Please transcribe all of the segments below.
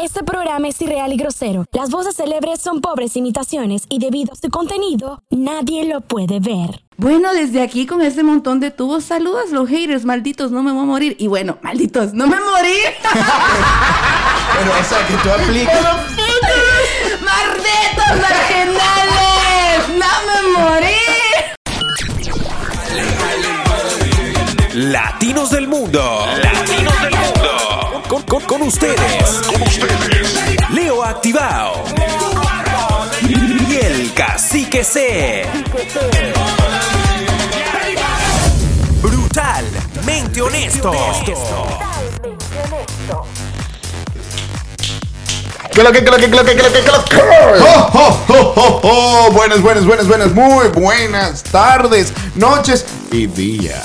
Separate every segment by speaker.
Speaker 1: Este programa es irreal y grosero. Las voces célebres son pobres imitaciones y debido a su contenido, nadie lo puede ver.
Speaker 2: Bueno, desde aquí con este montón de tubos, saludos los haters, malditos, no me voy a morir. Y bueno, malditos, no me morí.
Speaker 3: Pero, o sea, que tú aplicas.
Speaker 2: ¡Malditos marginales! ¡No me morí!
Speaker 4: Latinos del Mundo. Latinos del Mundo. Con, con- con ustedes. Leo Activado. Y el Cacique C. Brutalmente honesto.
Speaker 3: ¿Qué lo que, qué lo que, qué lo que, qué lo que, qué lo que? ¡Oh, oh, oh, oh, oh! Buenas, buenas, buenas, buenas, muy buenas tardes, noches y días.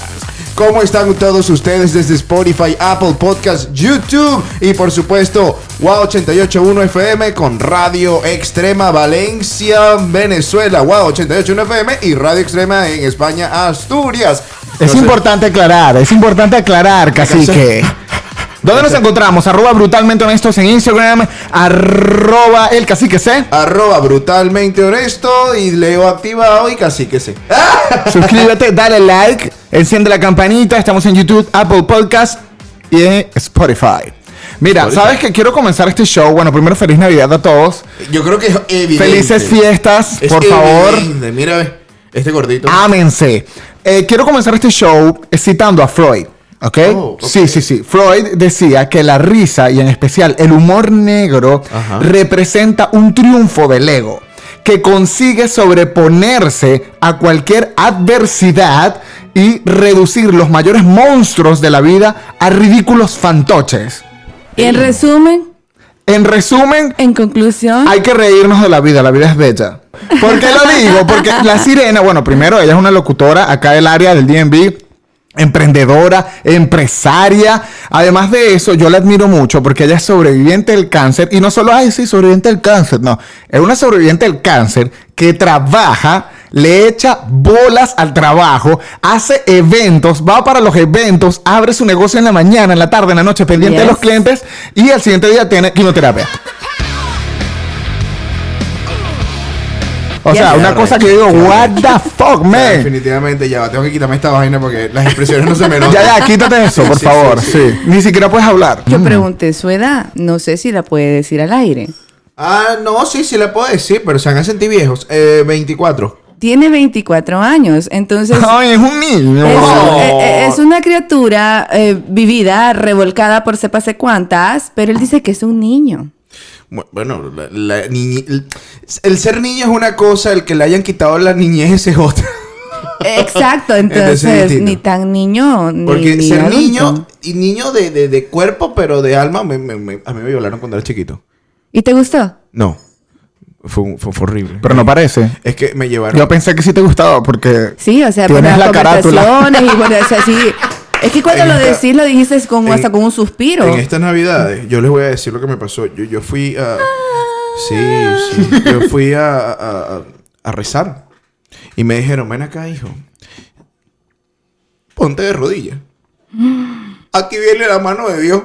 Speaker 3: ¿Cómo están todos ustedes desde Spotify, Apple Podcast, YouTube y por supuesto Wow 881 FM con Radio Extrema Valencia, Venezuela, Wow 881 FM y Radio Extrema en España, Asturias.
Speaker 5: Es
Speaker 3: No sé-
Speaker 5: importante aclarar, es importante aclarar, cacique. ¿Dónde nos encontramos? Arroba brutalmente honestos en Instagram, arroba el cacique C.
Speaker 3: Arroba brutalmente honesto y leo activado y casi que sé. Ah,
Speaker 5: Suscríbete, dale like, enciende la campanita, estamos en YouTube, Apple Podcast y en Spotify. Mira,
Speaker 3: Spotify.
Speaker 5: ¿sabes que quiero comenzar este show? Bueno, primero feliz Navidad a todos.
Speaker 3: Yo creo que es evidente.
Speaker 5: Felices fiestas,
Speaker 3: Es
Speaker 5: por favor.
Speaker 3: evidente. Mira, ve, este gordito.
Speaker 5: Ámense. Eh, quiero comenzar este show eh, citando a Freud. ¿Ok?
Speaker 3: Oh, ok.
Speaker 5: Sí, sí, sí. Freud decía que la risa y en especial el humor negro
Speaker 3: Ajá.
Speaker 5: representa un triunfo del ego que consigue sobreponerse a cualquier adversidad y reducir los mayores monstruos de la vida a ridículos fantoches.
Speaker 2: Y en resumen,
Speaker 5: En resumen,
Speaker 2: en conclusión,
Speaker 5: hay que reírnos de la vida, la vida es bella. ¿Por qué lo digo? Porque la sirena, bueno, primero ella es una locutora acá del área del DNB, emprendedora, empresaria. Además de eso, yo la admiro mucho porque ella es sobreviviente del cáncer y no solo, ay, sí, sobreviviente del cáncer, no. Es una sobreviviente del cáncer que trabaja, le echa bolas al trabajo, hace eventos, va para los eventos, abre su negocio en la mañana, en la tarde, en la noche, pendiente de
Speaker 2: Yes.
Speaker 5: los clientes y al siguiente día tiene quimioterapia. O sea,
Speaker 2: Yes.
Speaker 5: una cosa que yo digo, what the fuck,
Speaker 3: Ya,
Speaker 5: man.
Speaker 3: Definitivamente ya va. Tengo que quitarme esta vaina porque las expresiones no se me notan.
Speaker 5: Ya, ya, quítate eso, por
Speaker 3: Sí, sí,
Speaker 5: favor.
Speaker 3: sí,
Speaker 5: Sí,
Speaker 3: sí.
Speaker 5: Ni siquiera puedes hablar.
Speaker 2: yo
Speaker 5: Mm.
Speaker 2: pregunté su edad, no sé si la puede decir al aire.
Speaker 3: Ah, no, sí, sí le puedo decir, pero se han sentido viejos. Eh, 24.
Speaker 2: Tiene 24 años, entonces...
Speaker 5: Ay, es un niño.
Speaker 2: Es,
Speaker 3: No.
Speaker 2: eh, eh, es una criatura eh, vivida, revolcada por sépase cuántas, pero él dice que es un niño.
Speaker 3: Bu- Bueno, la, la niñe- el, el ser niño es una cosa, el que le hayan quitado la niñez es otra.
Speaker 2: Exacto,
Speaker 3: Entonces,
Speaker 2: entonces
Speaker 3: distinto.
Speaker 2: ni tan niño ni,
Speaker 3: Porque
Speaker 2: ni
Speaker 3: ser
Speaker 2: adulto.
Speaker 3: niño, y niño de, de- de cuerpo, pero de alma, me- me- me- a mí me violaron cuando era chiquito.
Speaker 2: ¿Y te gustó?
Speaker 3: No. Fue, un- fue- fue horrible.
Speaker 5: Pero no parece.
Speaker 3: Es que me llevaron.
Speaker 5: Yo pensé que sí te gustaba porque.
Speaker 2: Sí, o sea, por
Speaker 5: Tienes
Speaker 2: las
Speaker 5: la carátula.
Speaker 2: conversaciones y bueno, o sea, sí. Es que cuando
Speaker 3: En
Speaker 2: lo
Speaker 3: esta-
Speaker 2: decís lo dijiste con
Speaker 3: en-
Speaker 2: hasta con un suspiro.
Speaker 3: En estas navidades, yo les voy a decir lo que me pasó. Yo, yo fui a. Sí, sí. Yo fui a, a- a- a rezar. Y me dijeron, ven acá, hijo. Ponte de rodillas. Aquí viene la mano de Dios.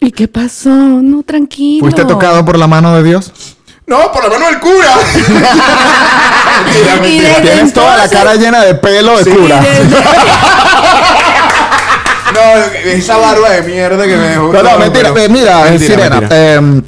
Speaker 2: ¿Y qué pasó? No, tranquilo.
Speaker 5: ¿Fuiste tocado por la mano de Dios?
Speaker 3: No, por la mano del cura. Mentira,
Speaker 2: Y
Speaker 3: mentira.
Speaker 2: desde
Speaker 5: Tienes toda la
Speaker 2: entonces-
Speaker 5: cara llena de pelo de
Speaker 3: Sí.
Speaker 5: cura.
Speaker 2: Y desde-
Speaker 3: No, esa barba de mierda que me dejó.
Speaker 5: No, no, mentira,
Speaker 3: pero-
Speaker 5: eh, mira, eh,
Speaker 3: mentira,
Speaker 5: Sirena.
Speaker 3: mentira.
Speaker 5: eh,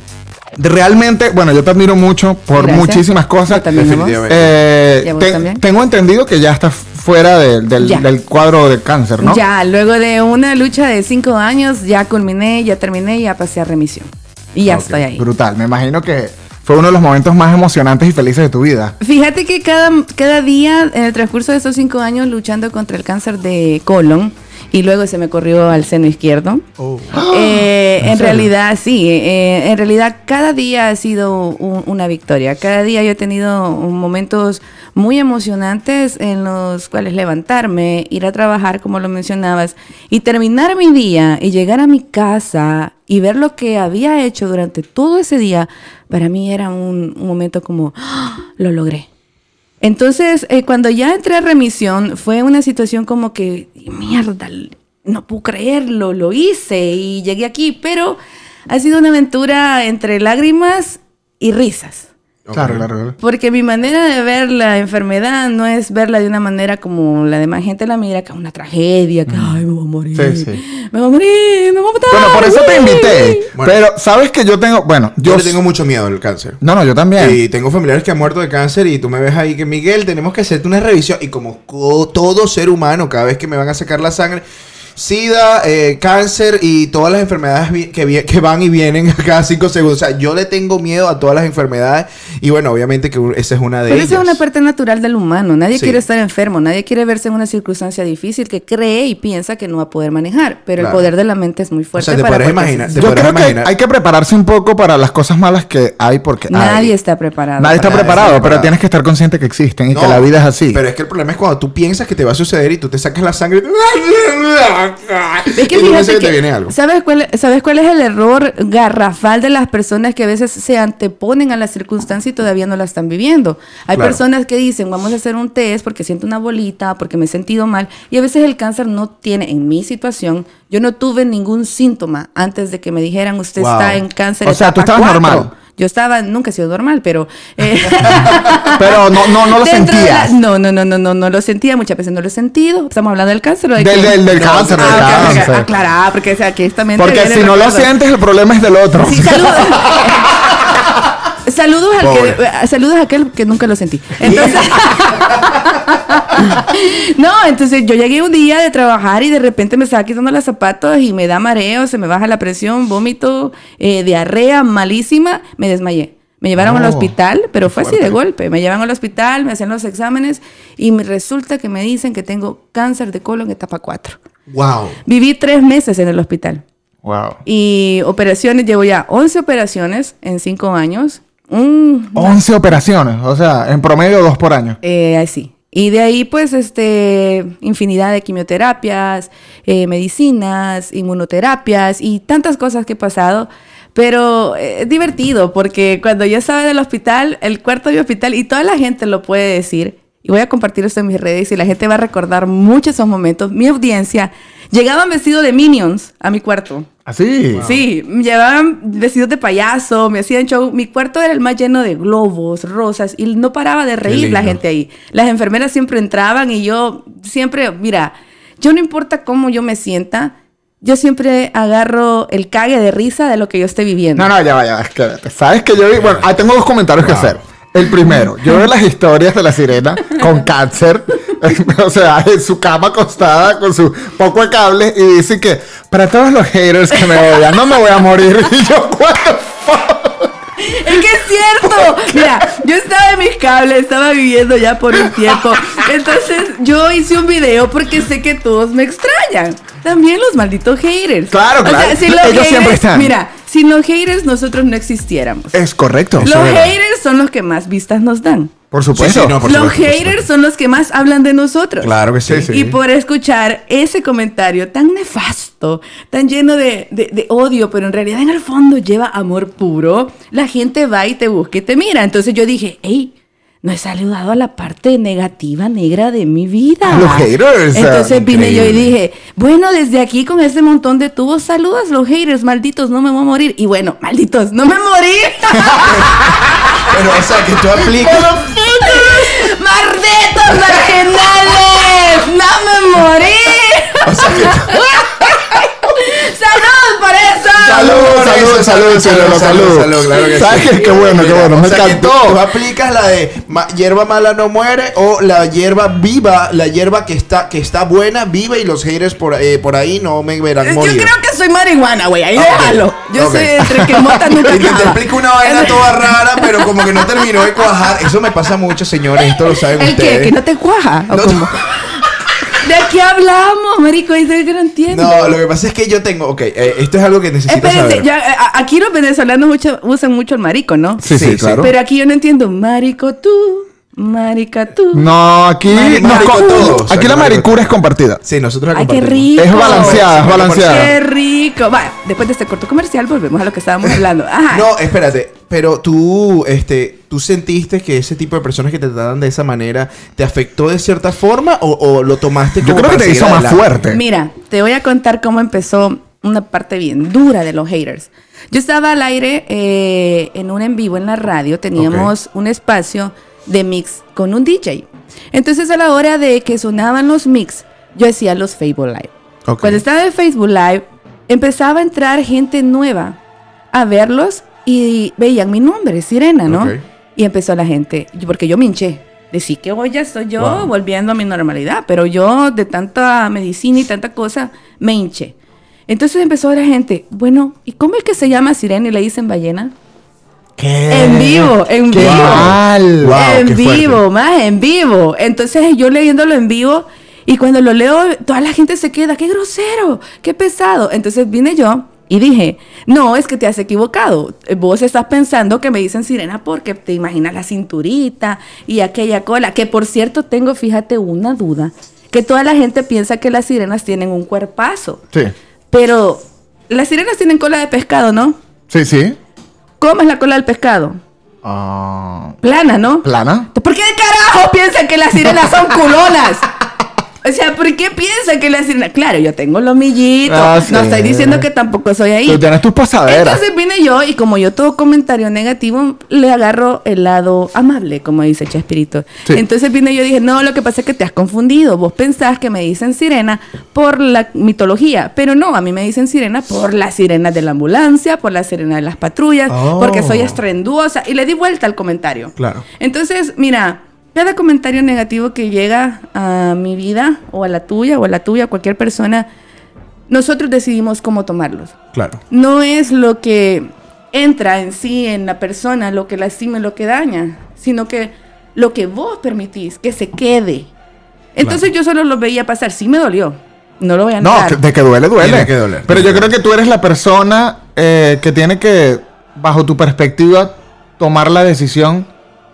Speaker 5: realmente, bueno, yo te admiro mucho por
Speaker 2: Gracias.
Speaker 5: muchísimas cosas.
Speaker 2: Yo también, amor.
Speaker 3: Definitivamente.
Speaker 5: Eh,
Speaker 2: ¿Y a vos
Speaker 5: te-
Speaker 2: también?
Speaker 5: tengo entendido que ya estás fuera de- del,
Speaker 2: Ya.
Speaker 5: del cuadro de cáncer, ¿no?
Speaker 2: Ya, luego de una lucha de cinco años, ya culminé, ya terminé, ya pasé a remisión. Y ya
Speaker 3: Ok,
Speaker 2: estoy ahí.
Speaker 5: Brutal. Me imagino que fue uno de los momentos más emocionantes y felices de tu vida.
Speaker 2: Fíjate que cada, cada día, en el transcurso de esos cinco años, luchando contra el cáncer de colon, y luego se me corrió al seno izquierdo.
Speaker 3: Oh.
Speaker 2: Eh,
Speaker 5: ¿En
Speaker 2: en
Speaker 5: serio?
Speaker 2: realidad, sí. eh, en realidad, cada día ha sido un- una victoria. Cada día yo he tenido momentos muy emocionantes en los cuales levantarme, ir a trabajar, como lo mencionabas, y terminar mi día y llegar a mi casa y ver lo que había hecho durante todo ese día, para mí era un, un momento como, "Ah, lo logré. Entonces, eh, cuando ya entré a remisión, fue una situación como que, mierda, l- no puedo creerlo, lo hice y llegué aquí, pero ha sido una aventura entre lágrimas y risas.
Speaker 5: Claro, claro, claro.
Speaker 2: Porque mi manera de ver la enfermedad no es verla de una manera como la demás gente la mira, que es una tragedia, que ay, me voy a morir.
Speaker 5: Sí, sí.
Speaker 2: Me voy a morir, me voy a matar.
Speaker 5: Bueno, por eso te
Speaker 2: uy".
Speaker 5: invité.
Speaker 3: Bueno.
Speaker 5: Pero sabes que yo tengo, bueno,
Speaker 3: Yo,
Speaker 5: yo
Speaker 3: le tengo mucho miedo al cáncer.
Speaker 5: No, no, yo también.
Speaker 3: Y tengo familiares que han muerto de cáncer y tú me ves ahí que Miguel, tenemos que hacerte una revisión. Y como co- todo ser humano, cada vez que me van a sacar la sangre, sida, eh, cáncer y todas las enfermedades vi- que, vi- que van y vienen cada cinco segundos. O sea, yo le tengo miedo a todas las enfermedades y bueno, obviamente que u- esa es una de
Speaker 2: Pero
Speaker 3: ellas.
Speaker 2: esa es una parte natural del humano. Nadie
Speaker 3: Sí.
Speaker 2: quiere estar enfermo, nadie quiere verse en una circunstancia difícil que cree y piensa que no va a poder manejar. Pero
Speaker 3: Claro.
Speaker 2: el poder de la mente es muy fuerte.
Speaker 3: te
Speaker 2: para
Speaker 3: podrás
Speaker 2: cualquier
Speaker 3: imaginar,
Speaker 2: situación.
Speaker 5: yo
Speaker 3: podrás
Speaker 5: creo que
Speaker 3: imaginar.
Speaker 5: hay que prepararse un poco para las cosas malas que hay porque
Speaker 2: Nadie
Speaker 5: hay.
Speaker 2: está preparado.
Speaker 5: Nadie está
Speaker 2: para-
Speaker 5: preparado, pero
Speaker 3: preparado.
Speaker 5: tienes que estar consciente que existen y
Speaker 3: No,
Speaker 5: que la vida es así.
Speaker 3: Pero es que el problema es cuando tú piensas que te va a suceder y tú te sacas la sangre.
Speaker 2: Es que
Speaker 3: y tú piensas
Speaker 2: fíjate
Speaker 3: que,
Speaker 2: que-
Speaker 3: te viene algo.
Speaker 2: ¿sabes, cuál, ¿Sabes cuál es el error garrafal de las personas que a veces se anteponen a la circunstancia y todavía no la están viviendo? Hay
Speaker 3: Claro.
Speaker 2: personas que dicen, vamos a hacer un test porque siento una bolita, porque me he sentido mal. Y a veces el cáncer no tiene, en mi situación, yo no tuve ningún síntoma antes de que me dijeran, usted
Speaker 3: Wow.
Speaker 2: está en cáncer.
Speaker 5: O sea, tú
Speaker 2: etapa
Speaker 5: estabas
Speaker 2: cuatro".
Speaker 5: normal.
Speaker 2: Yo estaba, nunca he sido normal, pero... eh,
Speaker 5: Pero no, no, no lo
Speaker 2: dentro de la-
Speaker 5: sentías.
Speaker 2: no, no, no, no, no, no lo sentía. Muchas veces no lo he sentido. Estamos hablando del cáncer. o de
Speaker 5: Del-
Speaker 2: qué?
Speaker 5: del- del
Speaker 2: No,
Speaker 5: cáncer,
Speaker 2: ah,
Speaker 5: del
Speaker 2: ok, ok,
Speaker 5: cáncer.
Speaker 2: aclarada, porque o sea, aquí esta mente
Speaker 5: Porque
Speaker 2: viene
Speaker 5: si no lo
Speaker 2: recordando.
Speaker 5: sientes, el problema es del otro.
Speaker 2: Sí, saludos. Saludos, al que,
Speaker 3: Pobre.
Speaker 2: eh, saludos a aquel que nunca lo sentí. Entonces, no, entonces yo llegué un día de trabajar y de repente me estaba quitando los zapatos y me da mareo, se me baja la presión, vómito, eh, diarrea malísima, me desmayé. Me llevaron al
Speaker 5: Oh,
Speaker 2: hospital, pero fue así de golpe. Me llevan al hospital, me hacen los exámenes y me resulta que me dicen que tengo cáncer de colon etapa 4.
Speaker 3: Wow.
Speaker 2: Viví tres meses en el hospital.
Speaker 5: Wow.
Speaker 2: Y operaciones, llevo ya 11 operaciones en 5 años. Un,
Speaker 5: 11 operaciones, o sea, en promedio dos por año.
Speaker 2: eh, así. Y de ahí, pues, este, infinidad de quimioterapias, eh, medicinas, inmunoterapias y tantas cosas que he pasado. Pero eh, es divertido porque cuando yo estaba en el hospital, el cuarto de hospital, y toda la gente lo puede decir, y voy a compartir esto en mis redes y la gente va a recordar mucho esos momentos. Mi audiencia llegaban vestido de minions a mi cuarto.
Speaker 5: Así.
Speaker 2: Sí, me llevaban vestidos de payaso, me hacían show. Mi cuarto era el más lleno de globos, rosas, y no paraba de reír la
Speaker 3: lindo.
Speaker 2: gente ahí. Las enfermeras siempre entraban y yo siempre, mira, yo no importa cómo yo me sienta, yo siempre agarro el cague de risa de lo que yo esté viviendo.
Speaker 5: No, no, ya va, ya va, es que vete. Sabes que yo vi, bueno, ah, tengo dos comentarios que
Speaker 3: Wow.
Speaker 5: hacer. El primero, yo veo las historias de la sirena con cáncer, o sea, en su cama acostada con su poco de cables y dice que para todos los haters que me odian, no me voy a morir. Y yo, ¿cuándo?
Speaker 2: Es que es cierto. Mira, yo estaba en mis cables, estaba viviendo ya por un tiempo. Entonces yo hice un video porque sé que todos me extrañan. También los malditos haters.
Speaker 5: Claro, claro.
Speaker 2: si los
Speaker 5: Ellos siempre
Speaker 2: haters-
Speaker 5: están.
Speaker 2: Mira, sin los haters nosotros no existiéramos.
Speaker 5: Es correcto.
Speaker 2: Los
Speaker 5: eso es verdad.
Speaker 2: haters son los que más vistas nos dan.
Speaker 5: Por supuesto.
Speaker 3: Sí, sí, no, por
Speaker 2: los
Speaker 3: supuesto, por
Speaker 2: haters
Speaker 3: supuesto.
Speaker 2: son los que más hablan de nosotros.
Speaker 3: Claro que sí.
Speaker 5: Sí, sí.
Speaker 2: Y por escuchar ese comentario tan nefasto, tan lleno de, de- de odio, pero en realidad en el fondo lleva amor puro, la gente va y te busca y te mira. Entonces yo dije, hey, no he saludado a la parte negativa negra de mi vida.
Speaker 5: A los haters.
Speaker 2: Entonces vine yo y
Speaker 3: Increíble.
Speaker 2: dije, bueno, desde aquí con este montón de tubos, saludas los haters, malditos, no me voy a morir. Y bueno, malditos, no me morí.
Speaker 3: Pero, o sea, que tú aplicas.
Speaker 2: ¡Malditos marginales! ¡No me morí!
Speaker 3: O sea, que tú-
Speaker 2: ¡Salud por eso!
Speaker 5: Salud, salud, salud, salud, salud.
Speaker 3: claro que
Speaker 5: ¿Sabes
Speaker 3: sí.
Speaker 5: qué? Qué bueno, qué bueno, me
Speaker 3: O sea, que
Speaker 5: encantó.
Speaker 3: tú- tú aplicas la de ma- hierba mala no muere o la hierba viva, la hierba que está que está buena, viva y los haters por, eh, por ahí no me verán
Speaker 2: Yo
Speaker 3: morir.
Speaker 2: creo que soy marihuana, güey. Ahí
Speaker 3: Ah, ok.
Speaker 2: déjalo. Yo
Speaker 3: Ok.
Speaker 2: soy entre que mota nunca
Speaker 3: Y que te
Speaker 2: acaba.
Speaker 3: explico una vaina
Speaker 2: Eso-
Speaker 3: toda rara, pero como que no terminó de cuajar. Eso me pasa mucho, señores. Esto lo saben
Speaker 2: ¿El qué?
Speaker 3: ustedes.
Speaker 2: ¿Que no te cuaja? ¿O
Speaker 3: No,
Speaker 2: cómo? ¿De qué hablamos, marico? Es que no entiendo.
Speaker 3: No, lo que pasa es que yo tengo. Ok, eh, esto es algo que necesitas
Speaker 2: Espérense,
Speaker 3: saber.
Speaker 2: ya, eh, a- aquí los venezolanos mucho- usan mucho el marico, ¿no?
Speaker 5: Sí, sí,
Speaker 3: Sí, sí.
Speaker 5: claro.
Speaker 2: Pero aquí yo no entiendo. Marico tú, marica tú.
Speaker 5: No, aquí
Speaker 2: Marico
Speaker 5: nos
Speaker 3: todos,
Speaker 5: confundimos.
Speaker 3: o sea,
Speaker 5: Aquí
Speaker 3: que
Speaker 5: la
Speaker 3: marico
Speaker 5: maricura es compartida.
Speaker 3: Sí, nosotros la
Speaker 2: Ay, qué
Speaker 3: compartimos.
Speaker 2: rico.
Speaker 5: Es balanceada, es balanceada.
Speaker 2: Qué rico. Vale, después de este corto comercial volvemos a lo que estábamos hablando. Ajá.
Speaker 3: No, espérate. Pero tú, este, tú sentiste que ese tipo de personas que te tratan de esa manera te afectó de cierta forma o, o lo tomaste como
Speaker 5: Yo creo que
Speaker 3: para
Speaker 5: te
Speaker 3: seguir
Speaker 5: hizo más
Speaker 3: adelante?
Speaker 5: fuerte.
Speaker 2: Mira, te voy a contar cómo empezó una parte bien dura de los haters. Yo estaba al aire eh, en un en vivo en la radio, teníamos un espacio de mix con un DJ. Entonces a la hora de que sonaban los mix, yo hacía los Facebook Live.
Speaker 3: Ok.
Speaker 2: Cuando estaba en Facebook Live, empezaba a entrar gente nueva a verlos y veían mi nombre, Sirena, ¿no?
Speaker 3: Ok.
Speaker 2: Y empezó la gente, porque yo me hinché. Decí que hoy ya estoy yo
Speaker 3: Wow.
Speaker 2: volviendo a mi normalidad, pero yo de tanta medicina y tanta cosa me hinché. Entonces empezó la gente, bueno, ¿y cómo es que se llama Sirena y le dicen ballena?
Speaker 5: ¿Qué?
Speaker 2: En vivo, en
Speaker 5: Eh, ¡Qué
Speaker 2: vivo.
Speaker 5: mal!
Speaker 3: Wow, qué
Speaker 2: en
Speaker 3: fuerte.
Speaker 2: vivo, más en vivo. Entonces yo leyéndolo en vivo y cuando lo leo, toda la gente se queda, qué grosero, qué pesado. Entonces vine yo y dije, no, es que te has equivocado. Vos estás pensando que me dicen sirena porque te imaginas la cinturita y aquella cola. Que por cierto tengo, fíjate, una duda. Que toda la gente piensa que las sirenas tienen un cuerpazo.
Speaker 5: Sí.
Speaker 2: Pero las sirenas tienen cola de pescado, ¿no?
Speaker 5: Sí, sí.
Speaker 2: ¿Cómo es la cola del pescado?
Speaker 5: Ah,
Speaker 2: Plana, ¿no?
Speaker 5: ¿Plana?
Speaker 2: ¿Por qué carajo piensan que las sirenas son culonas? O sea, ¿por qué piensan que las sirenas? Claro, yo tengo los millitos.
Speaker 5: Ah, sí.
Speaker 2: No estoy diciendo que tampoco soy ahí.
Speaker 5: Tú tienes tus posaderas.
Speaker 2: Entonces vine yo y como yo todo comentario negativo le agarro el lado amable, como dice Chespirito.
Speaker 5: Sí.
Speaker 2: Entonces vine yo y dije, no, lo que pasa es que te has confundido. Vos pensás que me dicen sirena por la mitología, pero no, a mí me dicen sirena por las sirenas de la ambulancia, por las sirenas de las patrullas,
Speaker 3: Oh.
Speaker 2: porque soy estrenduosa. Y le di vuelta al comentario.
Speaker 3: Claro.
Speaker 2: Entonces, mira, cada comentario negativo que llega a mi vida o a la tuya o a la tuya, a cualquier persona, nosotros decidimos cómo tomarlos
Speaker 3: Claro.
Speaker 2: no es lo que entra en sí, en la persona, lo que lastima, y lo que daña, sino que lo que vos permitís que se quede. Entonces yo solo lo veía pasar, sí me dolió, no lo voy a
Speaker 5: No,
Speaker 2: negar.
Speaker 5: que- de que duele, duele.
Speaker 3: Tiene que doler.
Speaker 5: Pero yo creo que tú eres la persona eh, que tiene que, bajo tu perspectiva, tomar la decisión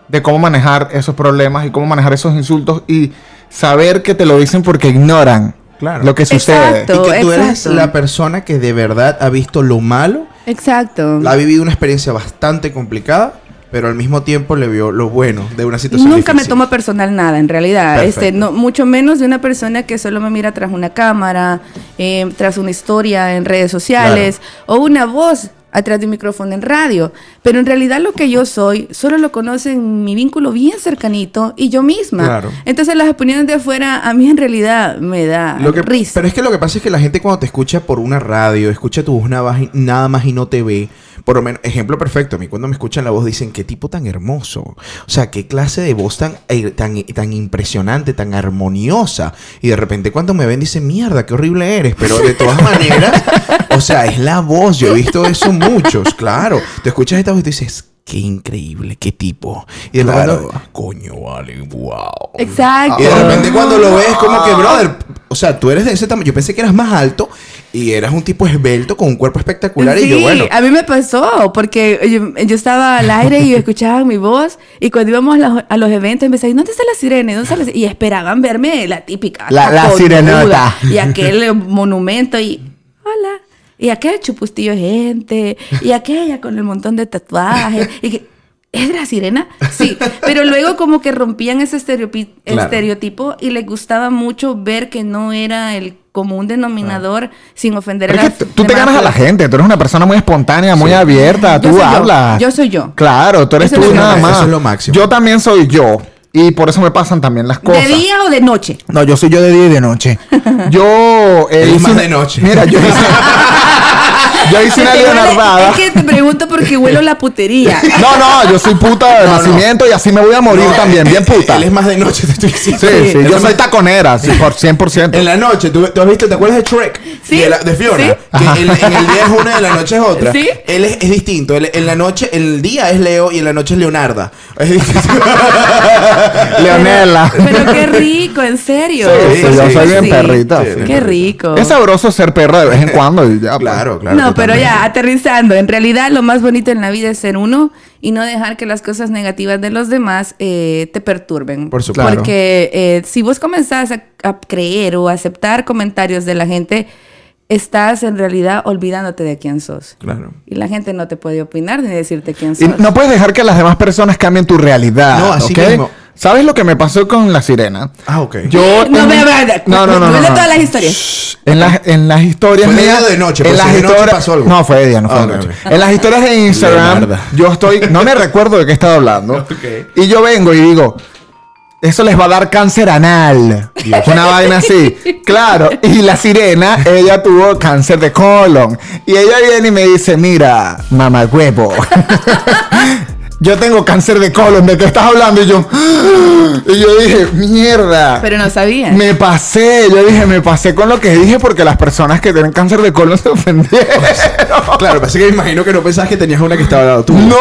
Speaker 5: de cómo manejar esos problemas y cómo manejar esos insultos y saber que te lo dicen porque ignoran
Speaker 3: Claro.
Speaker 5: lo que sucede.
Speaker 2: Exacto.
Speaker 3: y que tú eres
Speaker 2: exacto.
Speaker 3: la persona que de verdad ha visto lo malo,
Speaker 2: Exacto.
Speaker 3: ha vivido una experiencia bastante complicada, pero al mismo tiempo le vio lo bueno de una situación
Speaker 2: Nunca me
Speaker 3: difícil.
Speaker 2: tomo personal nada, en realidad.
Speaker 3: Perfecto.
Speaker 2: Este, no, mucho menos de una persona que solo me mira tras una cámara, eh, tras una historia en redes sociales o una voz atrás de un micrófono en radio. Pero en realidad lo que yo soy solo lo conocen mi vínculo bien cercanito y yo misma.
Speaker 3: Claro.
Speaker 2: Entonces las opiniones de afuera a mí en realidad me da
Speaker 3: Lo que-
Speaker 2: risa.
Speaker 3: Pero es que lo que pasa es que la gente cuando te escucha por una radio, escucha tu voz nada más, nada más y no te ve. Por lo menos, ejemplo perfecto, a mí cuando me escuchan la voz dicen, qué tipo tan hermoso. O sea, qué clase de voz tan, eh, tan, tan impresionante, tan armoniosa. Y de repente cuando me ven dicen, mierda, qué horrible eres. Pero de todas maneras, o sea, es la voz. Yo he visto eso muchos, claro. Te escuchas esta voz y tú dices... Qué increíble, qué tipo. Y de repente, coño, vale, wow.
Speaker 2: Exacto.
Speaker 3: Y de repente cuando lo ves, pues, como
Speaker 2: Ah.
Speaker 3: que, brother, o sea, tú eres de ese tamaño. Yo pensé que eras más alto y eras un tipo esbelto con un cuerpo espectacular. y yo,
Speaker 2: Sí,
Speaker 3: bueno,
Speaker 2: a mí me pasó, porque yo, yo estaba al aire y escuchaban mi voz, y cuando íbamos a los, a los eventos me decían, ¿dónde está la sirena? ¿Dónde está la sirena?" Y esperaban verme la típica.
Speaker 5: La- la
Speaker 2: capotuda,
Speaker 5: sirenota.
Speaker 2: Y aquel monumento, y hola. Y aquel chupustillo de gente, y aquella con el montón de tatuajes, y que, ¿Es la sirena? Sí, pero luego como que rompían ese estereopi-
Speaker 3: Claro.
Speaker 2: estereotipo y les gustaba mucho ver que no era el común denominador sin ofender
Speaker 5: Pero
Speaker 2: a
Speaker 5: es
Speaker 2: las
Speaker 5: que tú te
Speaker 2: demás
Speaker 5: ganas a la
Speaker 2: personas.
Speaker 5: gente, tú eres una persona muy espontánea, muy abierta,
Speaker 2: Yo
Speaker 5: tú
Speaker 2: soy yo,
Speaker 5: hablas.
Speaker 2: yo soy yo.
Speaker 5: Claro, tú eres
Speaker 2: Eso es
Speaker 5: tú
Speaker 2: lo que
Speaker 5: nada
Speaker 3: me-
Speaker 5: más.
Speaker 3: eso es lo máximo.
Speaker 5: Yo también soy yo y por eso me pasan también las cosas.
Speaker 2: ¿De día o de noche?
Speaker 5: No, yo soy yo de día y de noche. Yo. eh,
Speaker 3: Él es
Speaker 5: hice
Speaker 3: más
Speaker 5: una-
Speaker 3: de noche.
Speaker 5: Mira, yo hice. yo hice una
Speaker 2: Te digo,
Speaker 5: leonardada.
Speaker 2: Es que te pregunto porque huelo la putería.
Speaker 5: No, no, yo soy puta de
Speaker 3: No, no.
Speaker 5: nacimiento y así me voy a morir
Speaker 3: no,
Speaker 5: también,
Speaker 3: él-
Speaker 5: bien puta.
Speaker 3: Él es más de noche, te estoy
Speaker 5: sí,
Speaker 3: diciendo.
Speaker 5: sí,
Speaker 3: Él
Speaker 5: yo
Speaker 3: es
Speaker 5: soy
Speaker 3: más-
Speaker 5: taconera, sí, por 100%.
Speaker 3: En la noche, ¿tú, tú has visto, ¿te acuerdas de Shrek?
Speaker 2: Sí,
Speaker 3: De, la- de Fiona.
Speaker 2: sí.
Speaker 3: Que el- en el día es una, en la noche es otra.
Speaker 2: Sí.
Speaker 3: Él es, es distinto. Él- en la noche, el día es Leo y en la noche es Leonarda. Es distinto.
Speaker 5: Leonela.
Speaker 2: Pero qué rico, en serio.
Speaker 5: Sí,
Speaker 3: sí,
Speaker 5: yo
Speaker 3: sí,
Speaker 5: soy bien
Speaker 2: Sí.
Speaker 5: perrita.
Speaker 3: Sí,
Speaker 5: sí.
Speaker 2: Qué rico.
Speaker 5: Es sabroso ser perra de vez en cuando y ya. pues.
Speaker 3: claro, claro.
Speaker 2: no, pero
Speaker 3: totalmente.
Speaker 2: ya, aterrizando. En realidad, lo más bonito en la vida es ser uno y no dejar que las cosas negativas de los demás eh, te perturben.
Speaker 3: Por supuesto.
Speaker 2: Porque eh, si vos comenzás a, a creer o a aceptar comentarios de la gente, estás en realidad olvidándote de quién sos.
Speaker 3: Claro.
Speaker 2: Y la gente no te puede opinar ni decirte quién
Speaker 5: Y
Speaker 2: sos.
Speaker 5: no puedes dejar que las demás personas cambien tu realidad.
Speaker 3: No, así
Speaker 5: ¿ok?
Speaker 3: mismo.
Speaker 5: ¿Sabes lo que me pasó con la sirena?
Speaker 3: Ah, ok.
Speaker 5: Yo
Speaker 2: No,
Speaker 5: tenía-
Speaker 2: vea, vea, vea.
Speaker 5: no, no, no, no,
Speaker 2: Cuenta
Speaker 5: no.
Speaker 2: todas las historias.
Speaker 5: En las, en las historias
Speaker 3: Fue de
Speaker 5: mías-
Speaker 3: día o de noche,
Speaker 5: en
Speaker 3: porque
Speaker 5: las
Speaker 3: si de noche
Speaker 5: historias,
Speaker 3: pasó algo.
Speaker 5: No, fue de día, no fue
Speaker 3: Ah,
Speaker 5: de
Speaker 3: ok,
Speaker 5: noche.
Speaker 3: ok.
Speaker 5: En las historias de Instagram,
Speaker 3: Leonardo.
Speaker 5: yo estoy, no me recuerdo de qué estaba hablando.
Speaker 3: Ok.
Speaker 5: Y yo vengo y digo, eso les va a dar cáncer anal. Una vaina así. Claro. Y la sirena, ella tuvo cáncer de colon. Y ella viene y me dice, mira, mamá huevo. Yo tengo cáncer de colon, ¿de qué estás hablando? Y yo, y yo dije, mierda.
Speaker 2: Pero no sabías.
Speaker 5: Me pasé, yo dije, me pasé con lo que dije porque las personas que tienen cáncer de colon se ofendieron.
Speaker 3: Claro, parece que me imagino que no pensabas que tenías una que estaba al lado tuyo.
Speaker 5: No,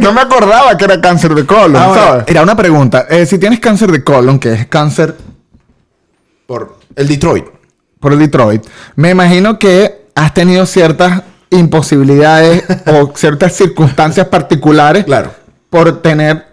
Speaker 5: no me acordaba que era cáncer de colon.
Speaker 3: Ahora-
Speaker 5: ¿sabes? Era una pregunta. eh, si tienes cáncer de colon, que es cáncer
Speaker 3: Por el Detroit.
Speaker 5: por el Detroit, me imagino que has tenido ciertas imposibilidades o ciertas circunstancias particulares
Speaker 3: Claro.
Speaker 5: por tener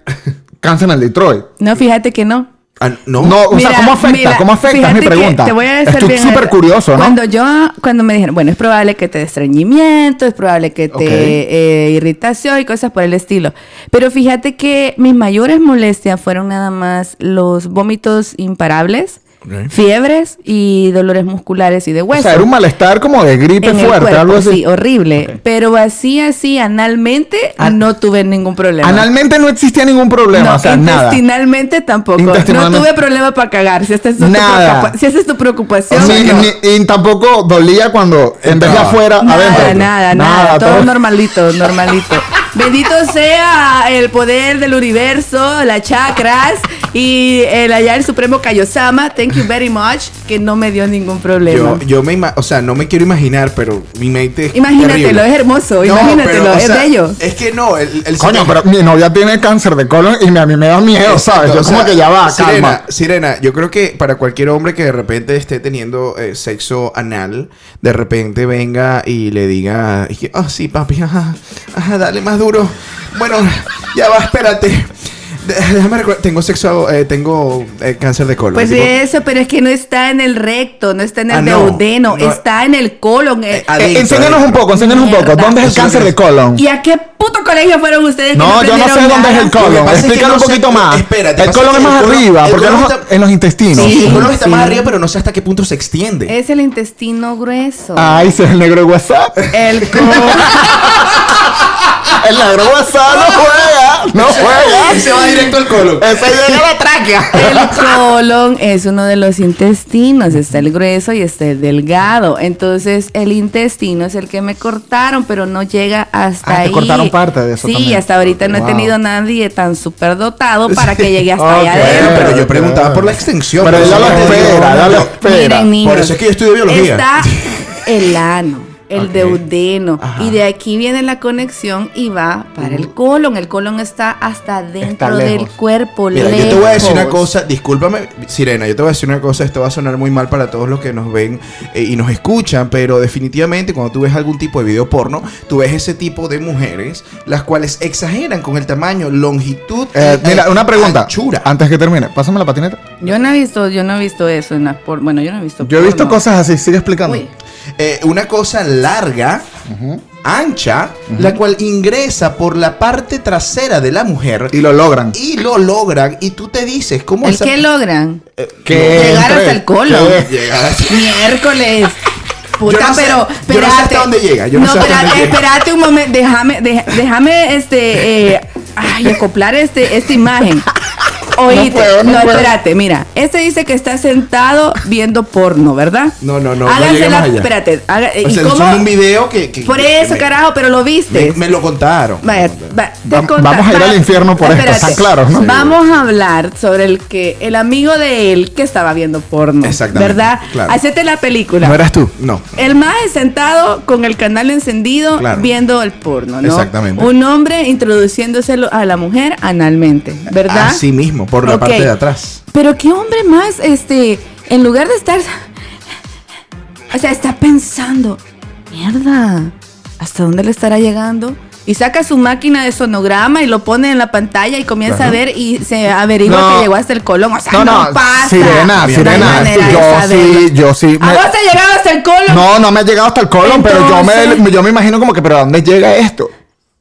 Speaker 5: cáncer en el Detroit.
Speaker 2: No, fíjate que no.
Speaker 3: Ah, no.
Speaker 5: No, o sea,
Speaker 2: Mira,
Speaker 5: ¿cómo afecta?
Speaker 2: mira,
Speaker 5: ¿Cómo afecta? Es
Speaker 2: fíjate
Speaker 5: mi
Speaker 2: que
Speaker 5: pregunta.
Speaker 2: Te voy a ser
Speaker 5: Estoy
Speaker 2: bien
Speaker 5: súper
Speaker 2: honesta.
Speaker 5: curioso, ¿no?
Speaker 2: Cuando yo, cuando me dijeron, bueno, es probable que te dé estreñimiento, es probable que te
Speaker 5: Ok.
Speaker 2: eh, irritación y cosas por el estilo. Pero fíjate que mis mayores molestias fueron nada más los vómitos imparables,
Speaker 3: Ok.
Speaker 2: fiebres y dolores musculares y de
Speaker 5: o
Speaker 2: hueso.
Speaker 5: sea, era un malestar como de gripe
Speaker 2: Pues, En el
Speaker 5: fuerte,
Speaker 2: cuerpo,
Speaker 5: algo así.
Speaker 2: Sí, horrible. Pero así, así, analmente,
Speaker 5: An-
Speaker 2: no tuve ningún problema.
Speaker 5: Analmente no existía ningún problema,
Speaker 2: No,
Speaker 5: o sea, nada.
Speaker 2: intestinalmente tampoco. No
Speaker 5: Intestinalmente-
Speaker 2: tuve problema para cagar. Si esta es tu,
Speaker 5: Nada.
Speaker 2: preocupa- si esta es tu preocupación.
Speaker 5: O sea,
Speaker 2: no.
Speaker 5: ni- y tampoco dolía cuando en vez de
Speaker 3: Entraba.
Speaker 5: afuera,
Speaker 2: nada,
Speaker 5: adentro.
Speaker 2: nada, nada, Todo,
Speaker 5: todo-
Speaker 2: normalito, normalito. Bendito sea el poder del universo, las chakras y el allá el supremo Kaiosama. Thank you very much. Que no me dio ningún problema.
Speaker 3: Yo, yo me ima- o sea, no me quiero imaginar, pero mi mente es
Speaker 2: Imagínatelo,
Speaker 3: terrible.
Speaker 2: es hermoso,
Speaker 3: No,
Speaker 2: imagínatelo,
Speaker 3: pero, o
Speaker 2: es
Speaker 3: sea,
Speaker 2: bello.
Speaker 3: Es que no, el, el
Speaker 5: Coño,
Speaker 3: sistema-
Speaker 5: pero mi novia tiene cáncer de colon y me- a mí me da miedo, ¿sabes? Yo
Speaker 3: Exacto, o
Speaker 5: como
Speaker 3: sea,
Speaker 5: que ya va,
Speaker 3: Sirena,
Speaker 5: calma. Eh,
Speaker 3: Sirena, yo creo que para cualquier hombre que de repente esté teniendo eh, sexo anal, de repente venga y le diga, y que, oh sí, papi, ajá, ajá, dale más duro. Bueno, ya va, espérate. De- Déjame recordar, tengo sexo, eh, tengo eh, cáncer de colon.
Speaker 2: Pues
Speaker 3: Digo,
Speaker 2: eso, pero es que no está en el recto, no está en el
Speaker 3: Ah, no,
Speaker 2: duodeno,
Speaker 3: no.
Speaker 2: está en el colon. eh.
Speaker 3: Eh, ah,
Speaker 5: Eh,
Speaker 3: adentro,
Speaker 5: enséñanos un
Speaker 3: adentro.
Speaker 5: poco, enséñanos un poco.
Speaker 2: Mierda.
Speaker 5: ¿Dónde es el
Speaker 3: Eso
Speaker 5: cáncer
Speaker 3: es-
Speaker 5: de colon?
Speaker 2: ¿Y a qué puto colegio fueron ustedes? que
Speaker 5: No, yo no sé
Speaker 2: aprendieron
Speaker 5: dónde es
Speaker 2: nada?
Speaker 5: el
Speaker 3: Lo que
Speaker 5: colon.
Speaker 3: pasa es que
Speaker 5: Explícalo
Speaker 3: no
Speaker 5: un
Speaker 3: sé-
Speaker 5: poquito más.
Speaker 3: espérate,
Speaker 5: el
Speaker 3: pasa
Speaker 5: colon
Speaker 3: que
Speaker 5: es más
Speaker 3: el colon-
Speaker 5: arriba,
Speaker 3: el
Speaker 5: porque
Speaker 3: colon
Speaker 5: no-
Speaker 3: está-
Speaker 5: en los intestinos.
Speaker 3: Sí, el colon está más
Speaker 2: sí.
Speaker 3: arriba, pero no sé hasta qué punto se extiende.
Speaker 2: Es el intestino grueso.
Speaker 5: Ay, se es el negro de WhatsApp.
Speaker 2: El colon.
Speaker 5: El negro de WhatsApp no juega, no juega.
Speaker 3: Ese va directo al colon.
Speaker 2: Eh,
Speaker 5: Ese llega a la tráquea.
Speaker 2: El colon es uno de los intestinos, está el grueso y está el delgado. Entonces el intestino es el que me cortaron, pero no llega hasta
Speaker 5: Ah, te
Speaker 2: ahí.
Speaker 5: cortaron parte de eso
Speaker 2: Sí,
Speaker 5: también.
Speaker 2: hasta ahorita no
Speaker 5: Wow.
Speaker 2: he tenido nadie tan super dotado para que llegue hasta allá
Speaker 5: Ok.
Speaker 2: adentro.
Speaker 3: Bueno, pero yo
Speaker 5: Ok.
Speaker 3: preguntaba por la extensión.
Speaker 5: Pero
Speaker 3: por
Speaker 5: ella
Speaker 3: eso
Speaker 5: lo
Speaker 3: yo te digo,
Speaker 5: espera, ella lo
Speaker 3: yo-
Speaker 5: espera.
Speaker 2: Miren, niños,
Speaker 3: Por eso es que yo estudio biología.
Speaker 2: Está el ano, el
Speaker 3: Ok.
Speaker 2: deudeno.
Speaker 3: Ajá.
Speaker 2: Y de aquí viene la conexión y va para el colon. El colon está hasta dentro del
Speaker 5: lejos.
Speaker 2: cuerpo.
Speaker 3: Mira, yo te voy a decir una
Speaker 2: lejos.
Speaker 3: cosa, discúlpame, Sirena, yo te voy a decir una cosa, esto va a sonar muy mal para todos los que nos ven eh, y nos escuchan, pero definitivamente cuando tú ves algún tipo de video porno, tú ves ese tipo de mujeres, las cuales exageran con el tamaño, longitud,
Speaker 5: Eh,
Speaker 3: y,
Speaker 5: mira,
Speaker 3: eh,
Speaker 5: una pregunta.
Speaker 3: anchura.
Speaker 5: Antes que termine, pásame la patineta.
Speaker 2: Yo no he visto, yo no he visto eso en las por- bueno, yo no he visto.
Speaker 5: Yo he visto
Speaker 2: porno.
Speaker 5: cosas así, sigue explicando.
Speaker 2: Uy.
Speaker 3: Eh, una cosa larga, ancha, la cual ingresa por la parte trasera de la mujer
Speaker 5: Y lo logran.
Speaker 3: y lo logran y tú te dices cómo
Speaker 2: ¿El
Speaker 3: esa- eh,
Speaker 2: qué logran?
Speaker 5: Que
Speaker 2: Llegar
Speaker 5: entre-
Speaker 2: hasta el colon.
Speaker 5: que-
Speaker 3: Llegar a-
Speaker 2: Miércoles. Puta,
Speaker 3: Yo no sé-
Speaker 2: pero
Speaker 3: yo no sé hasta dónde llega, yo no sé hasta
Speaker 2: espérate,
Speaker 3: dónde llega.
Speaker 2: espérate un momento, déjame, deja- déjame este eh, ay, acoplar este esta imagen. Oíste, no,
Speaker 5: puedo, no puedo.
Speaker 2: espérate, mira, este dice que está sentado viendo porno, ¿verdad?
Speaker 3: No, no, no, no
Speaker 2: Háganse
Speaker 3: lleguemos
Speaker 2: la,
Speaker 3: allá.
Speaker 2: espérate, haga-
Speaker 3: O
Speaker 2: ¿y
Speaker 3: sea,
Speaker 2: cómo?
Speaker 3: son un video que, que-
Speaker 2: Por
Speaker 3: que
Speaker 2: eso,
Speaker 3: me-
Speaker 2: carajo, pero lo viste.
Speaker 3: Me, me lo contaron.
Speaker 2: Va- va- te
Speaker 5: Vam-
Speaker 2: conta-
Speaker 5: vamos a ir
Speaker 2: va-
Speaker 5: al infierno por esto,
Speaker 2: espérate.
Speaker 5: están claros, ¿no?
Speaker 2: Vamos a hablar sobre el que el amigo de él que estaba viendo porno,
Speaker 3: Exactamente,
Speaker 2: ¿verdad?
Speaker 3: claro.
Speaker 2: Hacete la película.
Speaker 5: No eras tú.
Speaker 3: No.
Speaker 2: El más sentado con el canal encendido
Speaker 3: Claro.
Speaker 2: viendo el porno, ¿no?
Speaker 3: Exactamente.
Speaker 2: Un hombre introduciéndoselo a la mujer analmente, ¿verdad?
Speaker 3: Así mismo, por la
Speaker 2: Ok.
Speaker 3: parte de atrás.
Speaker 2: Pero qué hombre más, este, en lugar de estar. O sea, está pensando, mierda, ¿hasta dónde le estará llegando? Y saca su máquina de sonograma y lo pone en la pantalla y comienza a ver y se averigua
Speaker 5: No.
Speaker 2: que llegó hasta el colon. O sea, no, pasa.
Speaker 5: Sirena,
Speaker 2: No hay
Speaker 5: sirena.
Speaker 2: manera de
Speaker 5: Yo
Speaker 2: saberlo.
Speaker 5: sí, yo sí.
Speaker 2: ¿A
Speaker 5: me-
Speaker 2: vos te ha llegado hasta el colon?
Speaker 5: No, no me ha llegado hasta el colon, pero yo me,
Speaker 2: Entonces-
Speaker 5: yo me imagino como que, pero ¿a dónde llega esto?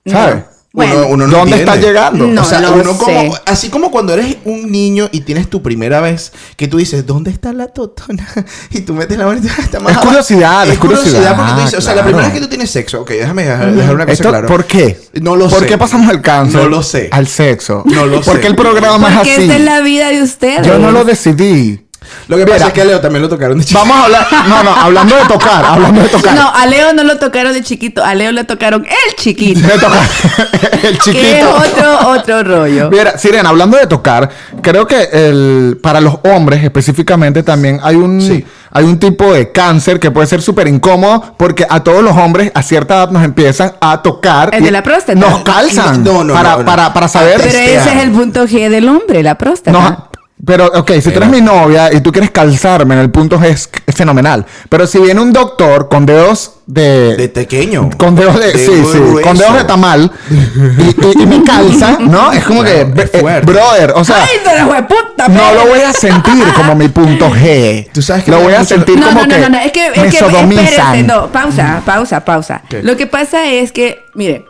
Speaker 5: ¿Sabes?
Speaker 2: Bueno.
Speaker 3: Uno- uno no
Speaker 5: ¿Dónde está
Speaker 3: entiende.
Speaker 5: llegando?
Speaker 2: No,
Speaker 3: o sea,
Speaker 2: lo
Speaker 3: uno
Speaker 2: sé.
Speaker 3: como, así como cuando eres un niño y tienes tu primera vez, que tú dices, ¿dónde está la totona? Y tú metes la mano y dices, "Ah, está más
Speaker 5: Es
Speaker 3: abajo".
Speaker 5: curiosidad, es curiosidad,
Speaker 3: porque tú dices, o sea, la primera
Speaker 5: claro.
Speaker 3: vez que tú tienes sexo, ok, déjame dejar, dejar una cosa
Speaker 5: Esto,
Speaker 3: clara.
Speaker 5: ¿Por qué?
Speaker 3: No lo
Speaker 5: ¿Por
Speaker 3: sé.
Speaker 5: qué pasamos al cáncer?
Speaker 3: No lo sé.
Speaker 5: Al sexo.
Speaker 3: No lo
Speaker 5: ¿Por
Speaker 3: sé.
Speaker 5: qué el programa
Speaker 2: Porque
Speaker 5: es así?
Speaker 2: esta es la vida de ustedes.
Speaker 5: Yo no lo decidí.
Speaker 3: Lo que pasa
Speaker 5: Mira.
Speaker 3: es que a Leo también lo tocaron de chiquito.
Speaker 5: Vamos a hablar. No, no, hablando de tocar, hablando de tocar.
Speaker 2: No, a Leo no lo tocaron de chiquito. A Leo le tocaron el chiquito.
Speaker 5: De tocar. el chiquito.
Speaker 2: Que es otro, otro rollo.
Speaker 5: Mira, Sirena, hablando de tocar, creo que el, para los hombres específicamente también hay un,
Speaker 3: Sí.
Speaker 5: hay un tipo de cáncer que puede ser súper incómodo porque a todos los hombres a cierta edad nos empiezan a tocar.
Speaker 2: El
Speaker 5: y
Speaker 2: de la próstata.
Speaker 5: Nos calzan.
Speaker 3: No, no,
Speaker 5: para,
Speaker 3: no, no.
Speaker 5: Para, para saber.
Speaker 2: Pero ese
Speaker 3: Testear.
Speaker 2: es el punto G del hombre, la próstata.
Speaker 5: No, pero, ok, si tú eres
Speaker 3: Pero-
Speaker 5: mi novia y tú quieres calzarme en el punto G es, es fenomenal. Pero si viene un doctor con dedos de...
Speaker 3: De pequeño.
Speaker 5: con dedos de, sí, sí,
Speaker 3: grueso.
Speaker 5: con dedos de tamal y, y- y me calza, ¿no? Es como
Speaker 3: Claro,
Speaker 5: que,
Speaker 3: es
Speaker 5: eh,
Speaker 3: fuerte.
Speaker 5: brother, o sea,
Speaker 2: ¡Ay, pero fue puta!
Speaker 5: no
Speaker 2: Ah, pero-
Speaker 5: lo voy a sentir como mi punto G.
Speaker 3: Tú sabes que
Speaker 5: lo
Speaker 3: me
Speaker 5: voy a
Speaker 3: da mucho-
Speaker 5: sentir
Speaker 2: no,
Speaker 5: como
Speaker 2: no, no,
Speaker 5: que,
Speaker 2: no, no, es que, es
Speaker 5: me
Speaker 2: que espérense,
Speaker 5: sodomizan.
Speaker 2: no, pausa, pausa, pausa.
Speaker 3: ¿Qué?
Speaker 2: Lo que pasa es que, mire,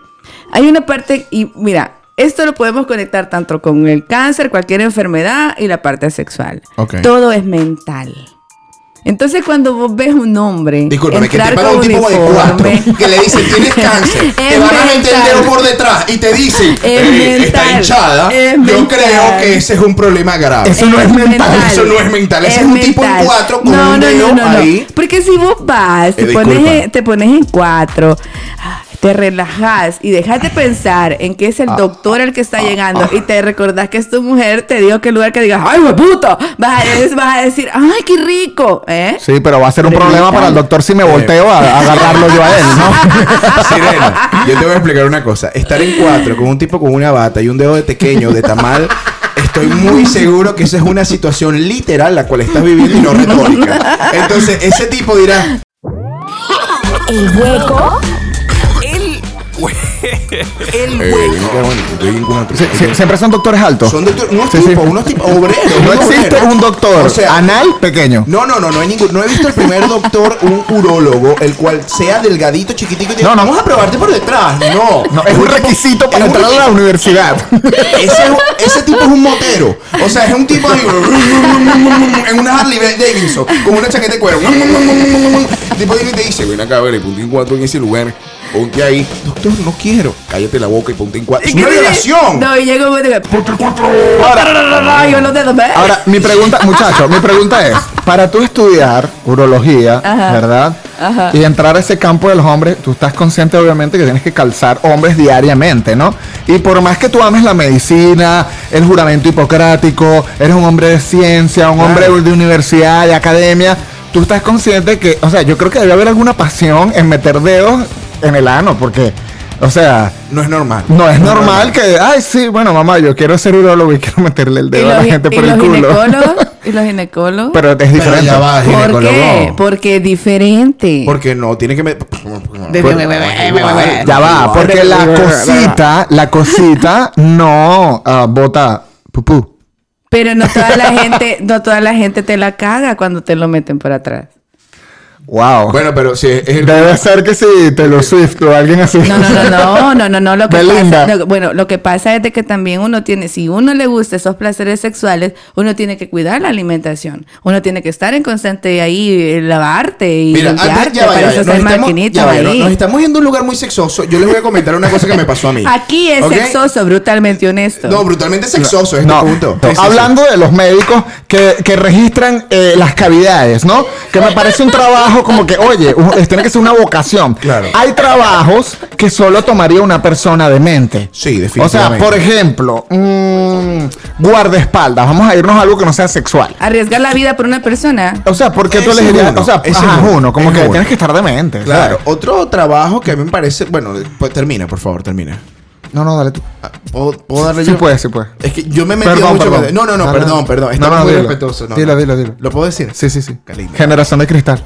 Speaker 2: hay una parte y mira, esto lo podemos conectar tanto con el cáncer, cualquier enfermedad y la parte sexual.
Speaker 3: Ok.
Speaker 2: Todo es mental. Entonces cuando vos ves un hombre
Speaker 3: Discúlpame, que te
Speaker 2: entrar
Speaker 3: para
Speaker 2: con
Speaker 3: un tipo de cuatro
Speaker 2: uniforme,
Speaker 3: que le dicen tienes cáncer, te
Speaker 2: Es
Speaker 3: van a meter el
Speaker 2: mental.
Speaker 3: dedo por detrás y te dicen
Speaker 2: Es
Speaker 3: "Ey, está
Speaker 2: mental.
Speaker 3: hinchada.
Speaker 2: Es
Speaker 3: Yo
Speaker 2: mental.
Speaker 3: creo que ese es un problema grave.
Speaker 5: Eso no es mental.
Speaker 3: Eso no es mental. Ese es un tipo en
Speaker 2: mental.
Speaker 3: cuatro con un dedo ahí.
Speaker 2: Porque si vos vas, te
Speaker 3: Eh,
Speaker 2: pones,
Speaker 3: disculpa.
Speaker 2: en- te pones en cuatro, te relajás y dejas de pensar en que
Speaker 3: Ah.
Speaker 2: es el doctor el que está llegando y te recordás que es tu mujer, te digo que el lugar que digas, ¡ay, puto! Vas a, es- vas a decir, ¡ay, qué rico! ¿Eh?
Speaker 5: Sí, pero va a ser un
Speaker 2: Pero
Speaker 5: problema
Speaker 2: mental.
Speaker 5: para el doctor si me volteo a, a agarrarlo yo a él, ¿no?
Speaker 3: Sirena, yo te voy a explicar una cosa. Estar en cuatro con un tipo con una bata y un dedo de pequeño, de tamal, estoy muy seguro que esa es una situación literal la cual estás viviendo y no retórica. Entonces, ese tipo dirá,
Speaker 1: El hueco
Speaker 4: El
Speaker 3: "Eh, qué bueno, estoy en cuatro".
Speaker 5: Sí, sí, siempre son doctores altos.
Speaker 3: Son doctor- unos
Speaker 5: Sí, sí.
Speaker 3: tipos, unos tipos, obreros.
Speaker 5: No
Speaker 3: unos
Speaker 5: existe
Speaker 3: obreros.
Speaker 5: un doctor
Speaker 3: O sea,
Speaker 5: anal pequeño.
Speaker 3: No, no, no, no hay ningún. No he visto el primer doctor, un urólogo, el cual sea delgadito, chiquitico y diga,
Speaker 5: No, no.
Speaker 3: vamos a probarte por detrás. No.
Speaker 5: No, es un requisito para
Speaker 3: es un
Speaker 5: entrar a la
Speaker 3: requisito.
Speaker 5: universidad.
Speaker 3: Ese, es un- ese tipo es un motero. O sea, es un tipo ahí, en una Harley Davidson, con una chaqueta de cuero. El tipo viene y te dice, ven acá, vale, ponte en cuatro en ese lugar. Ponte ahí. Doctor, no quiero. Cállate la boca y ponte en cuatro. Es una
Speaker 2: ¿Qué dices?
Speaker 3: violación.
Speaker 2: No, y llega un momento que. Ahora, yo los dedos, ¿ves?
Speaker 5: Ahora, mi pregunta, muchachos, mi pregunta es, para tú estudiar urología, ¿verdad? Y entrar a ese campo de los hombres, tú estás consciente obviamente que tienes que calzar hombres diariamente, ¿no? Y por más que tú ames la medicina, el juramento hipocrático, eres un hombre de ciencia, un hombre de universidad, de academia, tú estás consciente que, o sea, yo creo que debe haber alguna pasión en meter dedos en el ano, porque, o sea...
Speaker 3: No es normal.
Speaker 5: No es normal que, ay, sí, bueno, mamá, yo quiero ser urólogo y quiero meterle el
Speaker 2: y
Speaker 5: dedo a
Speaker 2: los,
Speaker 5: la
Speaker 2: gi-
Speaker 5: gente
Speaker 2: y
Speaker 5: por el
Speaker 2: los
Speaker 5: culo.
Speaker 2: ginecólogos. Y los ginecólogos.
Speaker 5: Pero es
Speaker 3: Pero
Speaker 5: diferente.
Speaker 3: ya va,
Speaker 2: ¿Por
Speaker 3: ginecólogo.
Speaker 2: qué? Porque es diferente.
Speaker 3: Porque no, tiene que... me-
Speaker 5: Pues, Ya va, porque la cosita, la cosita no ah, bota pupú.
Speaker 2: Pero no toda la gente, no toda la gente te la caga cuando te lo meten por atrás.
Speaker 5: Wow.
Speaker 3: Bueno, pero si es el...
Speaker 5: Debe ser que si Taylor Swift o alguien así.
Speaker 2: No, no, no, no, no, no, no. Lo que
Speaker 5: Belinda.
Speaker 2: pasa, lo- bueno, lo que pasa es de que también uno tiene, si uno le gusta esos placeres sexuales, uno tiene que cuidar la alimentación. Uno tiene que estar en constante ahí, eh, lavarte y
Speaker 3: Mira, antes
Speaker 2: limpiarte.
Speaker 3: ya vaya,
Speaker 2: para eso
Speaker 3: ya, nos,
Speaker 2: hacer
Speaker 3: estamos,
Speaker 2: maquinitas
Speaker 3: ya vaya, no-
Speaker 2: ahí.
Speaker 3: nos estamos yendo a un lugar muy sexoso. Yo les voy a comentar una cosa que me pasó a mí.
Speaker 2: Aquí es
Speaker 3: ¿Ok?
Speaker 2: sexoso, brutalmente honesto.
Speaker 3: No, brutalmente sexoso es
Speaker 5: No,
Speaker 3: este punto.
Speaker 5: no.
Speaker 3: Sí, sí, sí.
Speaker 5: Hablando de los médicos que, que registran eh, las cavidades, ¿no? Que me parece un trabajo como que, oye, u- es- tiene que ser una vocación.
Speaker 3: Claro.
Speaker 5: Hay trabajos que solo tomaría una persona de mente.
Speaker 3: Sí,
Speaker 5: O sea,
Speaker 3: definitivamente.
Speaker 5: por ejemplo, mm, guardaespaldas. Vamos a irnos a algo que no sea sexual.
Speaker 2: Arriesgar la vida por una persona.
Speaker 5: O sea, ¿por qué tú
Speaker 3: Ese
Speaker 5: elegirías?
Speaker 3: es uno,
Speaker 5: O sea,
Speaker 3: ese es
Speaker 5: ajá,
Speaker 3: uno,
Speaker 5: uno. Como
Speaker 3: es
Speaker 5: que
Speaker 3: uno.
Speaker 5: tienes que estar demente.
Speaker 3: Claro,
Speaker 5: ¿sabes?
Speaker 3: otro trabajo que a mí me parece. Bueno, pues termina, por favor, termina.
Speaker 5: No, no, dale tú.
Speaker 3: Ah, ¿Puedo, puedo darle
Speaker 5: Sí
Speaker 3: yo?
Speaker 5: puedes, sí puedes.
Speaker 3: Es que yo me he metido
Speaker 5: Perdón,
Speaker 3: mucho
Speaker 5: perdón.
Speaker 3: con- No, no, no,
Speaker 5: No, no.
Speaker 3: perdón, perdón. Estamos
Speaker 5: No, no,
Speaker 3: muy
Speaker 5: dilo.
Speaker 3: respetuosos. No,
Speaker 5: Dilo,
Speaker 3: no.
Speaker 5: dilo, dilo.
Speaker 3: ¿Lo puedo decir?
Speaker 5: Sí, sí, sí.
Speaker 3: Qué lindo.
Speaker 5: Generación de cristal.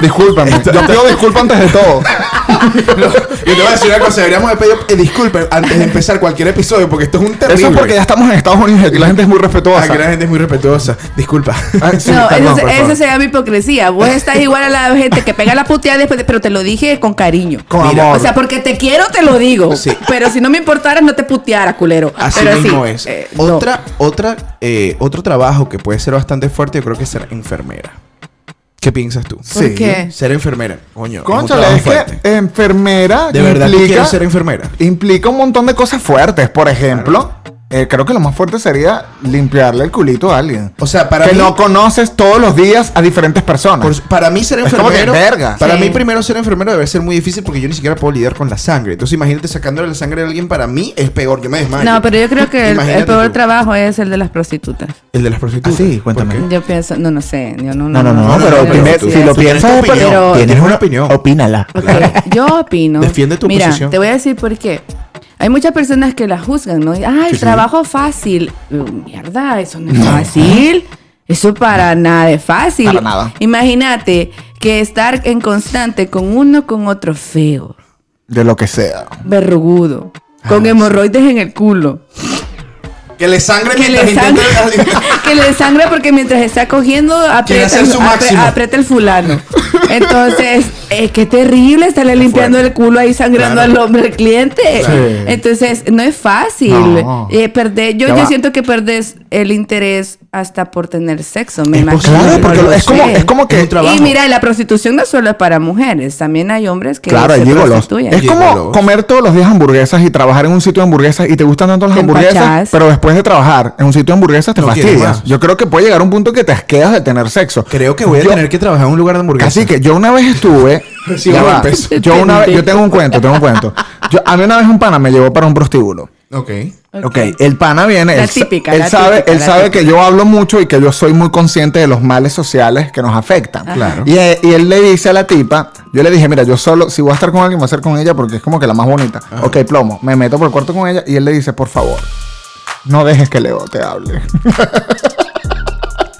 Speaker 5: Discúlpame. Yo pido disculpas antes de todo.
Speaker 3: Yo te voy a decir una cosa, deberíamos de pedir eh, disculpas antes de empezar cualquier episodio porque esto es un terrible.
Speaker 5: Eso es porque ya estamos en Estados Unidos y aquí la gente es muy
Speaker 3: Ah,
Speaker 5: respetuosa.
Speaker 3: que la gente es muy respetuosa. Disculpa.
Speaker 5: Ah, sí,
Speaker 2: no,
Speaker 5: perdón,
Speaker 2: eso,
Speaker 5: por
Speaker 2: eso
Speaker 5: favor.
Speaker 2: se llama hipocresía. Vos estás igual a la gente que pega la puteada después, de- pero te lo dije con cariño.
Speaker 5: Con
Speaker 3: Mira,
Speaker 5: amor.
Speaker 2: O sea, porque te quiero, te lo digo.
Speaker 3: Sí.
Speaker 2: Pero si no me importara, no te puteara, culero.
Speaker 3: Así
Speaker 2: pero
Speaker 3: mismo
Speaker 2: sí,
Speaker 3: es.
Speaker 2: eh, no.
Speaker 3: otra, otra, eh, otro trabajo que puede ser bastante fuerte, yo creo que es ser enfermera. ¿Qué piensas tú?
Speaker 2: ¿Por
Speaker 5: Sí.
Speaker 2: qué?
Speaker 3: Ser enfermera, coño. es un
Speaker 5: Cónchale,
Speaker 3: trabajo
Speaker 5: es
Speaker 3: fuerte.
Speaker 5: que enfermera
Speaker 3: De verdad que quiero ser enfermera.
Speaker 5: implica un montón de cosas fuertes. Por ejemplo, eh, creo que lo más fuerte sería limpiarle el culito a alguien.
Speaker 3: O sea, para
Speaker 5: que
Speaker 3: mí-
Speaker 5: no conoces todos los días a diferentes personas.
Speaker 3: Por- para mí ser
Speaker 5: Es como que
Speaker 3: enfermero,
Speaker 5: verga.
Speaker 3: para
Speaker 2: Sí.
Speaker 3: mí primero ser enfermero debe ser muy difícil porque yo ni siquiera puedo lidiar con la sangre. Entonces imagínate sacándole la sangre a alguien para mí es peor, yo me desmayo.
Speaker 2: No, pero yo creo que el, el
Speaker 3: Imagínate
Speaker 2: peor
Speaker 3: tú.
Speaker 2: trabajo es el de las prostitutas.
Speaker 3: el de las prostitutas.
Speaker 5: Ah, sí, cuéntame.
Speaker 3: ¿Por qué?
Speaker 2: Yo pienso, no, no sé. Yo no,
Speaker 5: No, no, no,
Speaker 3: no,
Speaker 5: pero
Speaker 3: no,
Speaker 5: primer-
Speaker 3: tú-
Speaker 5: si
Speaker 3: tú
Speaker 5: lo
Speaker 3: tienes
Speaker 5: piensas
Speaker 3: tu
Speaker 5: es porque
Speaker 3: opinión,
Speaker 2: pero-
Speaker 5: tienes
Speaker 3: tienes
Speaker 5: una
Speaker 3: una opinión.
Speaker 5: Opínala.
Speaker 2: Ok,
Speaker 3: Claro.
Speaker 2: Yo opino.
Speaker 3: Defiende tu
Speaker 2: Mira,
Speaker 3: posición.
Speaker 2: te voy a decir por qué. Hay muchas personas que las juzgan, ¿no? Y, Ay, trabajo fácil. Uh, mierda, eso no es fácil. Eso para nada es fácil.
Speaker 5: Para nada.
Speaker 2: Imagínate que estar en constante con uno, con otro feo,
Speaker 5: De lo que sea.
Speaker 2: verrugudo, con hemorroides en el culo.
Speaker 3: Que le sangre
Speaker 2: Que le,
Speaker 3: mientras
Speaker 2: sangre,
Speaker 3: intenta-
Speaker 2: que le sangra porque mientras está cogiendo aprieta,
Speaker 3: hacer su
Speaker 2: apre-
Speaker 3: máximo.
Speaker 2: aprieta el fulano. Entonces, eh, qué terrible estarle limpiando el culo ahí sangrando
Speaker 3: Claro.
Speaker 2: al hombre, al cliente.
Speaker 5: Sí.
Speaker 2: Entonces, no es fácil.
Speaker 5: No.
Speaker 2: Eh, perder, yo
Speaker 5: Ya
Speaker 2: yo
Speaker 5: va.
Speaker 2: siento que perdés el interés hasta por tener sexo, me
Speaker 3: Es
Speaker 2: imagino.
Speaker 3: posible,
Speaker 5: Claro, porque
Speaker 2: No lo
Speaker 5: es como-
Speaker 2: sé.
Speaker 5: es como que-
Speaker 3: Es un trabajo.
Speaker 2: Y mira, la prostitución no solo es para mujeres, también hay hombres que
Speaker 5: Claro,
Speaker 2: se
Speaker 5: hay gigolos.
Speaker 2: prostituyen.
Speaker 5: Es como
Speaker 3: Gigolos.
Speaker 5: comer todos los días hamburguesas y trabajar en un sitio de hamburguesas y te gustan tanto las
Speaker 2: Te
Speaker 5: hamburguesas,
Speaker 2: empachas.
Speaker 5: pero después de trabajar en un sitio de hamburguesas te
Speaker 3: No quieres
Speaker 5: fastidias.
Speaker 3: más.
Speaker 5: Yo creo que puede llegar un punto que te asqueas de tener sexo.
Speaker 3: Creo que voy a
Speaker 5: Yo-
Speaker 3: tener que trabajar en un lugar de hamburguesas.
Speaker 5: Así que yo una vez estuve.
Speaker 3: Sí,
Speaker 5: Ya
Speaker 3: un
Speaker 5: va.
Speaker 3: golpe.
Speaker 5: Yo una vez, yo tengo un cuento, tengo un cuento. Yo- a mí una vez un pana me llevó para un prostíbulo.
Speaker 3: Ok.
Speaker 5: Ok, el pana viene,
Speaker 2: La
Speaker 5: él, sa-
Speaker 2: típica,
Speaker 5: él
Speaker 2: la
Speaker 5: sabe,
Speaker 2: típica,
Speaker 5: él
Speaker 2: la
Speaker 5: sabe
Speaker 2: típica.
Speaker 5: que yo hablo mucho y que yo soy muy consciente de los males sociales que nos afectan.
Speaker 3: Claro.
Speaker 5: Y, eh, y él le dice a la tipa, yo le dije, mira, yo solo, si voy a estar con alguien, voy a estar con ella porque es como que la más bonita. Ok, plomo, me meto por el cuarto con ella y él le dice, por favor, no dejes que Leo te hable.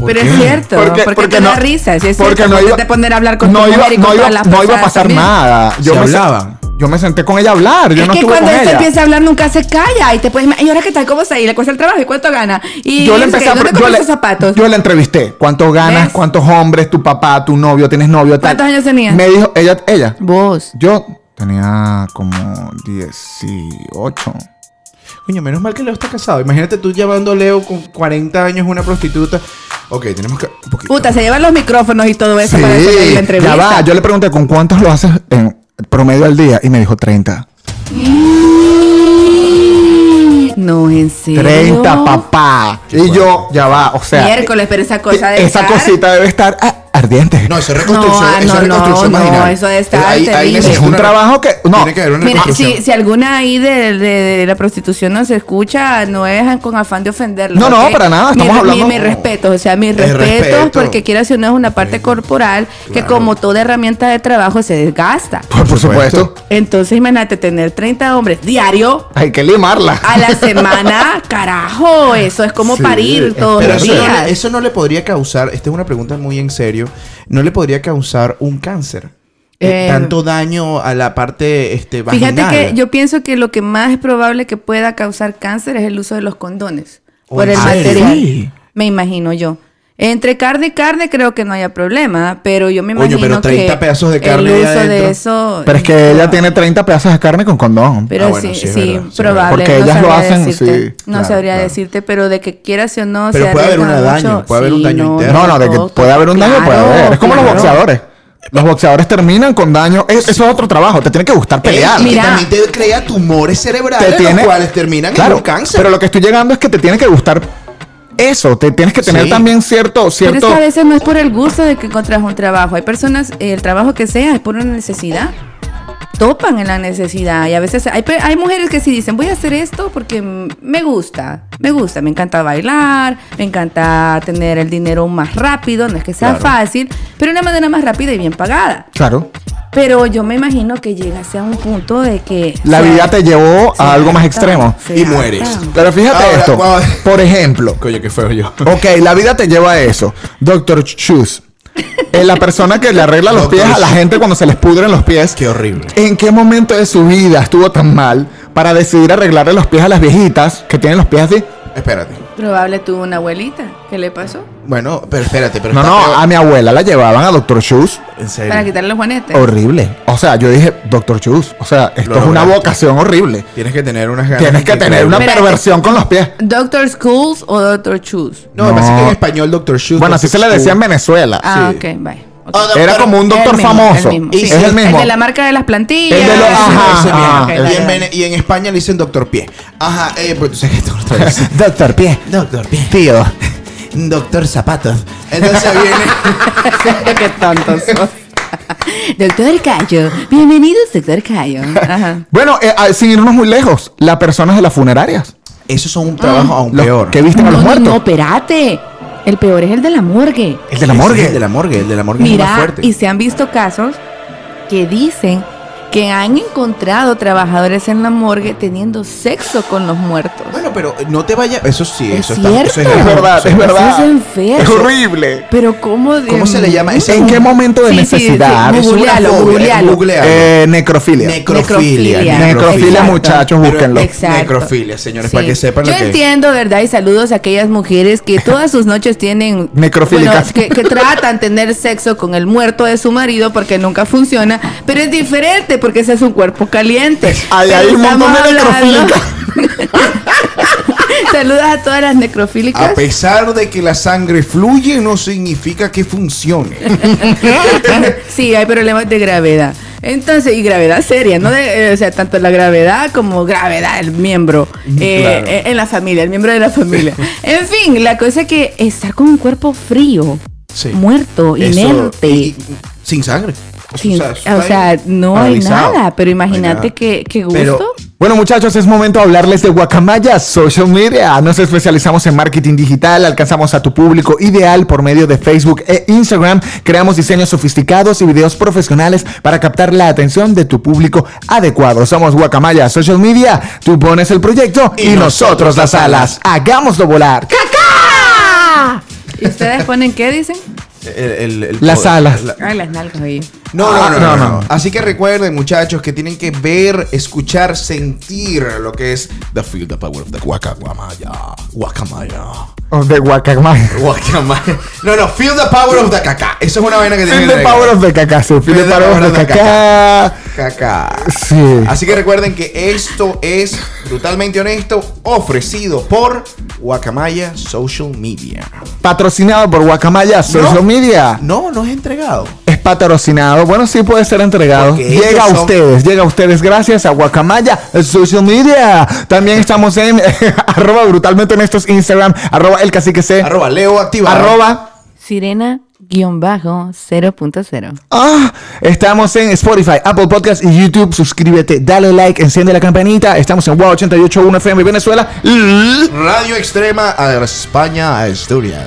Speaker 2: Pero es cierto, porque, te da risa, sí es
Speaker 5: porque
Speaker 2: cierto,
Speaker 5: no
Speaker 2: porque
Speaker 5: iba,
Speaker 2: te poner a hablar con
Speaker 5: no
Speaker 2: tu
Speaker 5: iba,
Speaker 2: mujer y con
Speaker 5: no iba,
Speaker 2: todas las
Speaker 5: no iba a
Speaker 2: pasadas
Speaker 5: pasar
Speaker 2: también.
Speaker 5: nada. Yo
Speaker 3: ¿Se
Speaker 5: me se-
Speaker 3: hablaban?
Speaker 5: Yo me senté con ella a hablar, yo
Speaker 2: es
Speaker 5: no
Speaker 2: que
Speaker 5: estuve
Speaker 2: cuando
Speaker 5: con
Speaker 2: él se
Speaker 5: ella.
Speaker 2: empieza a hablar nunca se calla y te puedes ima- y ahora que tal cómo se ahí le cuesta el trabajo y cuánto gana y
Speaker 5: yo le
Speaker 2: no sé
Speaker 5: empecé
Speaker 2: qué,
Speaker 5: a
Speaker 2: ¿dónde
Speaker 5: pre- yo
Speaker 2: compras
Speaker 5: le,
Speaker 2: esos zapatos
Speaker 5: yo la entrevisté. ¿Cuántos ganas?
Speaker 2: ¿Ves?
Speaker 5: ¿Cuántos hombres? ¿Tu papá? ¿Tu novio? ¿Tienes novio? Tal.
Speaker 2: ¿Cuántos años tenías?
Speaker 5: Me dijo, ella, ella.
Speaker 2: vos
Speaker 5: Yo tenía como 18.
Speaker 3: Coño, menos mal que Leo está casado. Imagínate tú llevando a Leo con 40 años una prostituta. Ok, tenemos que. un poquito.
Speaker 2: puta se llevan los micrófonos y todo eso
Speaker 5: Sí,
Speaker 2: para hacer ahí la
Speaker 5: ya
Speaker 2: entrevista
Speaker 5: va. Yo le pregunté, ¿con cuántos lo haces en promedio al día? Y me dijo 30.
Speaker 2: no en serio
Speaker 5: 30, papá. Y yo, ya va. O sea. e-
Speaker 2: miércoles pero esa cosa de
Speaker 5: Esa
Speaker 2: estar-
Speaker 5: cosita debe estar ah, ardiente.
Speaker 3: No, eso es reconstrucción.
Speaker 2: No, ah,
Speaker 3: eso
Speaker 2: no,
Speaker 3: es
Speaker 2: no,
Speaker 3: reconstrucción
Speaker 2: no,
Speaker 3: vaginal.
Speaker 2: eso está terrible.
Speaker 5: es
Speaker 3: necesito
Speaker 5: un
Speaker 3: una-
Speaker 5: trabajo que. No.
Speaker 3: Tiene que haber una
Speaker 2: Mira,
Speaker 3: reconstrucción.
Speaker 2: si, si alguna ahí de, de- de la prostitución no se escucha, no es con afán de ofenderlo.
Speaker 5: No, no,
Speaker 2: ¿ok?
Speaker 5: para nada,
Speaker 2: Mi
Speaker 5: estamos
Speaker 2: re- mi-
Speaker 5: hablando-
Speaker 2: Mi, respeto, o sea, mi respeto,
Speaker 3: respeto.
Speaker 2: porque quieras o no es una parte corporal que como toda herramienta de trabajo se desgasta.
Speaker 5: Por, por supuesto.
Speaker 2: Entonces, imagínate tener 30 hombres diario
Speaker 5: Hay que limarla.
Speaker 2: a la semana, carajo, eso es como
Speaker 5: Sí,
Speaker 2: parir todos
Speaker 3: Pero
Speaker 2: los
Speaker 3: eso no,
Speaker 2: días.
Speaker 3: le, eso no le podría causar, esta es una pregunta muy en serio, no le podría causar un cáncer. Eh,
Speaker 2: Eh,
Speaker 3: tanto daño a la parte este, vaginal.
Speaker 2: Fíjate que yo pienso que lo que más es probable que pueda causar cáncer es el uso de los condones
Speaker 3: ¿O
Speaker 2: por
Speaker 3: Oh, en
Speaker 2: el
Speaker 3: serio?
Speaker 2: material.
Speaker 3: Sí.
Speaker 2: Me imagino yo. Entre carne y carne creo que no haya problema, pero yo me
Speaker 3: Coño,
Speaker 2: imagino
Speaker 3: pero 30
Speaker 2: que
Speaker 3: pedazos de carne ahí
Speaker 2: el uso
Speaker 3: adentro.
Speaker 2: de eso.
Speaker 5: Pero es que ella tiene 30 pedazos de carne con condón.
Speaker 2: Pero
Speaker 3: Ah, bueno,
Speaker 2: sí,
Speaker 3: sí, es
Speaker 2: sí,
Speaker 3: verdad, sí,
Speaker 2: probable.
Speaker 5: porque
Speaker 2: no
Speaker 5: ellas lo
Speaker 2: sabría
Speaker 5: hacen,
Speaker 2: decirte.
Speaker 5: sí,
Speaker 2: No
Speaker 5: claro,
Speaker 2: sabría
Speaker 5: claro.
Speaker 2: decirte, pero de que quieras o no.
Speaker 3: Pero
Speaker 2: se
Speaker 3: puede haber un
Speaker 2: arriesga
Speaker 3: daño,
Speaker 2: mucho.
Speaker 3: puede haber un
Speaker 2: Sí,
Speaker 3: daño interno.
Speaker 5: No, no, de que
Speaker 2: todo,
Speaker 5: puede haber un daño, puede
Speaker 2: claro,
Speaker 5: haber. Es como los
Speaker 2: claro.
Speaker 5: boxeadores. Los boxeadores terminan con daño. Es- eso es otro trabajo. Te tiene que gustar pelear.
Speaker 3: Y que
Speaker 2: mira,
Speaker 3: también te crea tumores
Speaker 5: te
Speaker 3: cerebrales,
Speaker 5: tiene-
Speaker 3: los cuales terminan
Speaker 5: Claro,
Speaker 3: en un cáncer.
Speaker 5: Pero lo que estoy llegando es que te tiene que gustar eso. Te tienes que tener
Speaker 3: Sí.
Speaker 5: también cierto,
Speaker 2: Pero es
Speaker 5: cierto.
Speaker 2: que a veces no es por el gusto de que encontrás un trabajo. Hay personas, eh, el trabajo que sea, es por una necesidad. Topan en la necesidad. Y a veces hay, pe- hay mujeres que sí dicen, voy a hacer esto porque mm, me gusta. Me gusta, me encanta bailar, me encanta tener el dinero más rápido. No es que sea fácil, pero de una manera más rápida y bien pagada.
Speaker 5: Claro.
Speaker 2: Pero yo me imagino que llegase a un punto de que...
Speaker 5: La
Speaker 2: o sea,
Speaker 5: vida te llevó
Speaker 2: se
Speaker 5: a algo más
Speaker 2: harta,
Speaker 5: extremo.
Speaker 2: se
Speaker 3: Y
Speaker 2: harta.
Speaker 3: mueres.
Speaker 5: Pero fíjate
Speaker 3: Ahora,
Speaker 5: esto.
Speaker 3: guau.
Speaker 5: Por ejemplo, Oh,
Speaker 3: Coño, qué feo yo.
Speaker 5: ok, la vida te lleva a eso. Doctor Shoes. Es la persona que le arregla los pies a la gente cuando se les pudren los pies.
Speaker 3: Qué horrible.
Speaker 5: ¿En qué momento de su vida estuvo tan mal para decidir arreglarle los pies a las viejitas que tienen los pies así?
Speaker 3: Espérate.
Speaker 2: Probable tuvo una abuelita. ¿Qué le pasó?
Speaker 3: Bueno, pero espérate, pero
Speaker 5: No,
Speaker 3: está
Speaker 5: no,
Speaker 3: peor.
Speaker 5: a mi abuela la llevaban a Doctor Shoes.
Speaker 3: En serio.
Speaker 2: Para quitarle los juanetes.
Speaker 5: Horrible. O sea, yo dije, Doctor Shoes. O sea, esto
Speaker 3: Lo
Speaker 5: es una
Speaker 3: lograste.
Speaker 5: vocación horrible.
Speaker 3: Tienes que tener unas ganas.
Speaker 5: Tienes que tener una
Speaker 2: Mira,
Speaker 5: perversión con los pies.
Speaker 2: ¿Doctor Schools o Doctor Shoes?
Speaker 3: No, me parece que en español Doctor Shoes.
Speaker 5: Bueno, así se le decía en Venezuela.
Speaker 2: Ah,
Speaker 3: Sí.
Speaker 2: ok, bye. ok.
Speaker 3: Ah, doctor,
Speaker 5: Era como un
Speaker 2: Es el
Speaker 5: doctor
Speaker 2: mismo,
Speaker 5: famoso.
Speaker 2: el mismo,
Speaker 5: Es
Speaker 2: sí.
Speaker 5: el mismo.
Speaker 2: El de la marca de las plantillas.
Speaker 5: El de los-
Speaker 2: ese-
Speaker 5: ajá,
Speaker 2: ese mismo,
Speaker 5: ajá,
Speaker 2: ok,
Speaker 5: el-
Speaker 2: dale,
Speaker 3: y, en
Speaker 2: dale.
Speaker 3: Vene- y en España le dicen Doctor Pie. Ajá, eh, pues tú sabes que Doctor Pie.
Speaker 5: Doctor Pie.
Speaker 3: Doctor Pie.
Speaker 5: Tío.
Speaker 3: Doctor Zapatos. Entonces viene.
Speaker 2: Qué tontos sos. Doctor Cayo, bienvenidos, doctor Cayo. Ajá.
Speaker 5: Bueno, eh, ah, sin irnos muy lejos, las personas de las funerarias.
Speaker 3: Eso son un trabajo aún
Speaker 5: Los
Speaker 3: peor.
Speaker 5: Que visten a los
Speaker 2: no,
Speaker 5: muertos.
Speaker 2: No, espérate. El peor es el de la morgue.
Speaker 5: El de la morgue.
Speaker 3: El de la morgue, el de la morgue es más
Speaker 2: Mira,
Speaker 3: fuerte.
Speaker 2: y se han visto casos que dicen que han encontrado trabajadores en la morgue teniendo sexo con los muertos.
Speaker 3: Bueno, pero no te vayas. Eso sí,
Speaker 2: Es
Speaker 3: eso está. Eso
Speaker 2: cierto.
Speaker 5: Es verdad,
Speaker 3: eso
Speaker 5: es verdad.
Speaker 2: Eso es enfermo.
Speaker 5: Es horrible.
Speaker 2: Pero cómo de- Mm.
Speaker 3: ¿Cómo se le llama? Ese-
Speaker 5: ¿En qué momento de
Speaker 2: Sí, sí, sí,
Speaker 5: necesidad?
Speaker 3: es una
Speaker 2: googlealo,
Speaker 3: fobia,
Speaker 2: googlealo.
Speaker 3: googlealo.
Speaker 5: Eh, necrofilia.
Speaker 3: necrofilia.
Speaker 2: necrofilia.
Speaker 5: Necrofilia,
Speaker 2: Exacto.
Speaker 5: muchachos,
Speaker 3: Pero-
Speaker 5: búsquenlo.
Speaker 2: Exacto.
Speaker 3: Necrofilia, señores,
Speaker 2: Sí.
Speaker 3: para que sepan
Speaker 2: Yo
Speaker 3: lo que es.
Speaker 2: entiendo, ¿verdad? Y saludos a aquellas mujeres que todas sus noches tienen.
Speaker 5: Necrofílicas.
Speaker 2: Bueno, que, que tratan tener sexo con el muerto de su marido porque nunca funciona. Pero es diferente porque ese es un cuerpo caliente.
Speaker 5: Ay,
Speaker 2: Pero
Speaker 5: hay un montón de
Speaker 2: estamos hablando-
Speaker 5: necrofílicas.
Speaker 2: saludos a todas las necrofílicas.
Speaker 3: A pesar de que la sangre fluye, no significa que funcione.
Speaker 2: sí, hay problemas de gravedad. Entonces, y gravedad seria, ¿no? De- eh, o sea, tanto la gravedad como gravedad del miembro eh,
Speaker 3: Claro.
Speaker 2: eh, en la familia, el miembro de la familia. en fin, la cosa es que estar con un cuerpo frío,
Speaker 3: Sí.
Speaker 2: muerto,
Speaker 3: Eso-
Speaker 2: inerte.
Speaker 3: y- y- sin sangre.
Speaker 2: sin- o, sea,
Speaker 3: está ahí
Speaker 2: no hay
Speaker 3: paralizado.
Speaker 2: nada, pero
Speaker 3: No hay
Speaker 2: imagínate
Speaker 3: nada.
Speaker 2: que qué gusto.
Speaker 3: Pero-
Speaker 5: Bueno muchachos, es momento de hablarles de Guacamaya Social Media. Nos especializamos en marketing digital, alcanzamos a tu público ideal por medio de Facebook e Instagram, creamos diseños sofisticados y videos profesionales para captar la atención de tu público adecuado. Somos Guacamaya Social Media, tú pones el proyecto y,
Speaker 3: Y
Speaker 5: nosotros las alas. Hagámoslo volar.
Speaker 2: ¿Y ustedes ponen qué dicen?
Speaker 3: El- el- el
Speaker 5: Las
Speaker 3: poder.
Speaker 5: alas.
Speaker 3: La-
Speaker 2: Ay, las nalgas ahí.
Speaker 3: No, no,
Speaker 5: Ah,
Speaker 3: no,
Speaker 5: no,
Speaker 3: no, no.
Speaker 5: no.
Speaker 3: Así que recuerden, muchachos, que tienen que ver, escuchar, sentir lo que es The Feel, The Power of the Guacamaya. Guacamaya.
Speaker 5: Oh, De Guacamaya.
Speaker 3: Guacamaya. No, no, Feel the Power of the Caca. Eso es una vaina que tienen
Speaker 5: Feel
Speaker 3: que
Speaker 5: the
Speaker 3: tener.
Speaker 5: power of the caca, sí. Feel the
Speaker 3: Feel the
Speaker 5: power of the caca.
Speaker 3: Caca.
Speaker 5: Sí.
Speaker 3: Así que recuerden que esto es brutalmente honesto, ofrecido por Guacamaya Social Media.
Speaker 5: Patrocinado por Guacamaya Social
Speaker 3: No.
Speaker 5: Media.
Speaker 3: No, no es entregado.
Speaker 5: Es patrocinado. Bueno, sí puede ser entregado.
Speaker 3: Porque
Speaker 5: llega a
Speaker 3: ellos son-
Speaker 5: ustedes, llega a ustedes gracias a Guacamaya el Social Media. También estamos en arroba brutalmente honestos Instagram, arroba el cacique C, Eh. arroba,
Speaker 3: Arroba Leo Activa.
Speaker 2: Sirena guión bajo 0.0.
Speaker 5: Ah, estamos en Spotify, Apple Podcast y YouTube. Suscríbete, dale like, enciende la campanita. Estamos en Wow 881 FM Venezuela.
Speaker 3: Radio Extrema a España, a Asturias.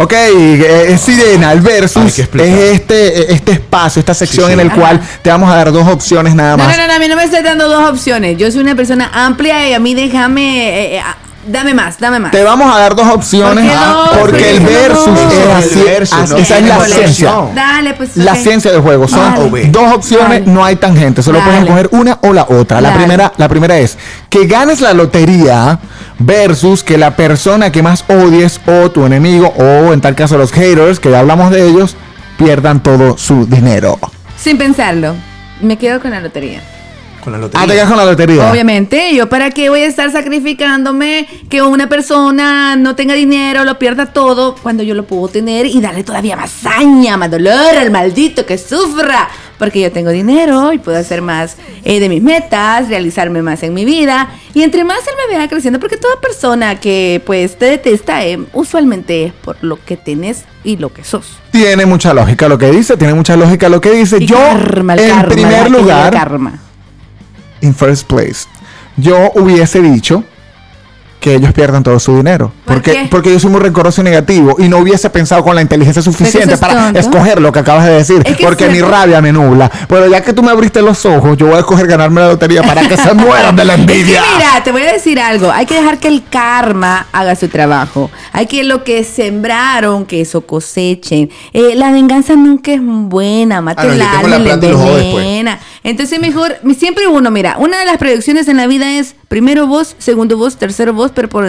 Speaker 5: Ok, eh, eh, Sirena, el
Speaker 3: Hay
Speaker 5: versus
Speaker 3: que
Speaker 5: es
Speaker 3: explicar.
Speaker 5: este, eh, este espacio, esta sección
Speaker 3: sí.
Speaker 5: en el cual te vamos a dar dos opciones nada
Speaker 2: No,
Speaker 5: más.
Speaker 2: no, no, no, a mí no me estás dando dos opciones. Yo soy una persona amplia y a mí déjame. eh, eh, ah, dame más, dame más.
Speaker 5: Te vamos a dar dos opciones
Speaker 2: ¿Por qué no?
Speaker 5: ah, porque
Speaker 2: ¿Por qué
Speaker 5: el
Speaker 2: no?
Speaker 5: versus
Speaker 2: No,
Speaker 5: es
Speaker 2: el
Speaker 5: así.
Speaker 3: versus,
Speaker 5: así-
Speaker 3: no
Speaker 5: Esa es la
Speaker 3: tenemos la
Speaker 5: ciencia.
Speaker 3: opción.
Speaker 2: Eh, Dale, pues.
Speaker 5: La
Speaker 2: ok.
Speaker 5: ciencia del juego son
Speaker 2: Vale.
Speaker 3: A o B.
Speaker 5: dos opciones,
Speaker 2: Vale.
Speaker 5: no hay tangente, solo puedes
Speaker 2: Dale.
Speaker 5: escoger una o la otra. La
Speaker 2: Dale.
Speaker 5: primera, la primera es que ganes la lotería versus que la persona que más odies o tu enemigo o en tal caso los haters, que ya hablamos de ellos, pierdan todo su dinero.
Speaker 2: Sin pensarlo. Me quedo con la lotería.
Speaker 3: Con la
Speaker 5: Ah, te
Speaker 3: lotería.
Speaker 5: quedas con la lotería.
Speaker 2: Obviamente, yo para qué voy a estar sacrificándome que una persona no tenga dinero, lo pierda todo, cuando yo lo puedo tener y darle todavía más hazaña, más dolor al maldito que sufra. Porque yo tengo dinero y puedo hacer más eh, de mis metas, realizarme más en mi vida. Y entre más él me vea creciendo, porque toda persona que pues te detesta, eh, usualmente es por lo que tenés y lo que sos.
Speaker 5: Tiene mucha lógica lo que dice, tiene mucha lógica lo que dice.
Speaker 2: Y
Speaker 5: Yo,
Speaker 2: karma, el
Speaker 5: en
Speaker 2: karma, la
Speaker 5: primer
Speaker 2: ley del
Speaker 5: lugar,
Speaker 2: karma.
Speaker 5: in first place. Yo hubiese dicho que ellos pierdan todo su dinero.
Speaker 2: ¿Por
Speaker 5: porque,
Speaker 2: qué?
Speaker 5: porque yo soy muy rencoroso y negativo y no hubiese pensado con la inteligencia suficiente
Speaker 2: sos
Speaker 5: para
Speaker 2: tonto.
Speaker 5: escoger lo que acabas de decir.
Speaker 2: Es que es
Speaker 5: porque mi
Speaker 2: cierto.
Speaker 5: rabia me nubla. Pero ya que tú me abriste los ojos, yo voy a escoger ganarme la lotería para que se mueran de la
Speaker 2: Es que
Speaker 5: envidia.
Speaker 2: mira, te voy a decir algo. Hay que dejar que el karma haga su trabajo. Hay que lo que sembraron, que eso cosechen. Eh, la venganza nunca es buena. Mata
Speaker 3: Ah, no,
Speaker 2: el
Speaker 3: yo tengo
Speaker 2: alma
Speaker 3: la
Speaker 2: y la
Speaker 3: plata y lo jodo después.
Speaker 2: envenena. Entonces mejor, siempre uno, mira, una de las predicciones en la vida es primero vos, segundo vos, tercero vos, pero por,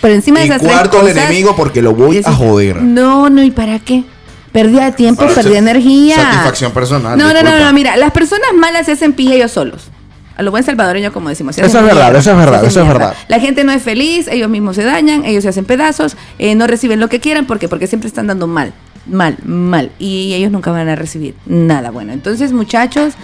Speaker 2: por encima de
Speaker 3: Y
Speaker 2: esas tres
Speaker 3: cuarto al
Speaker 2: cosas,
Speaker 3: enemigo porque lo voy
Speaker 2: es-
Speaker 3: a joder.
Speaker 2: No, no, ¿y para qué? Perdía tiempo,
Speaker 3: Para
Speaker 2: perdía
Speaker 3: sa-
Speaker 2: energía.
Speaker 3: satisfacción personal,
Speaker 2: No, no, no,
Speaker 3: disculpa.
Speaker 2: no, mira, las personas malas se hacen pija ellos solos. A lo buen salvadoreño, como decimos. se
Speaker 5: Eso
Speaker 2: hacen
Speaker 5: es verdad,
Speaker 2: mierda,
Speaker 5: eso es verdad,
Speaker 2: se hacen
Speaker 5: eso es
Speaker 2: mierda.
Speaker 5: verdad.
Speaker 2: La gente no es feliz, ellos mismos se dañan, ellos se hacen pedazos, eh, no reciben lo que quieran, ¿por qué? Porque siempre están dando mal, mal, mal. Y ellos nunca van a recibir nada bueno. Entonces, muchachos,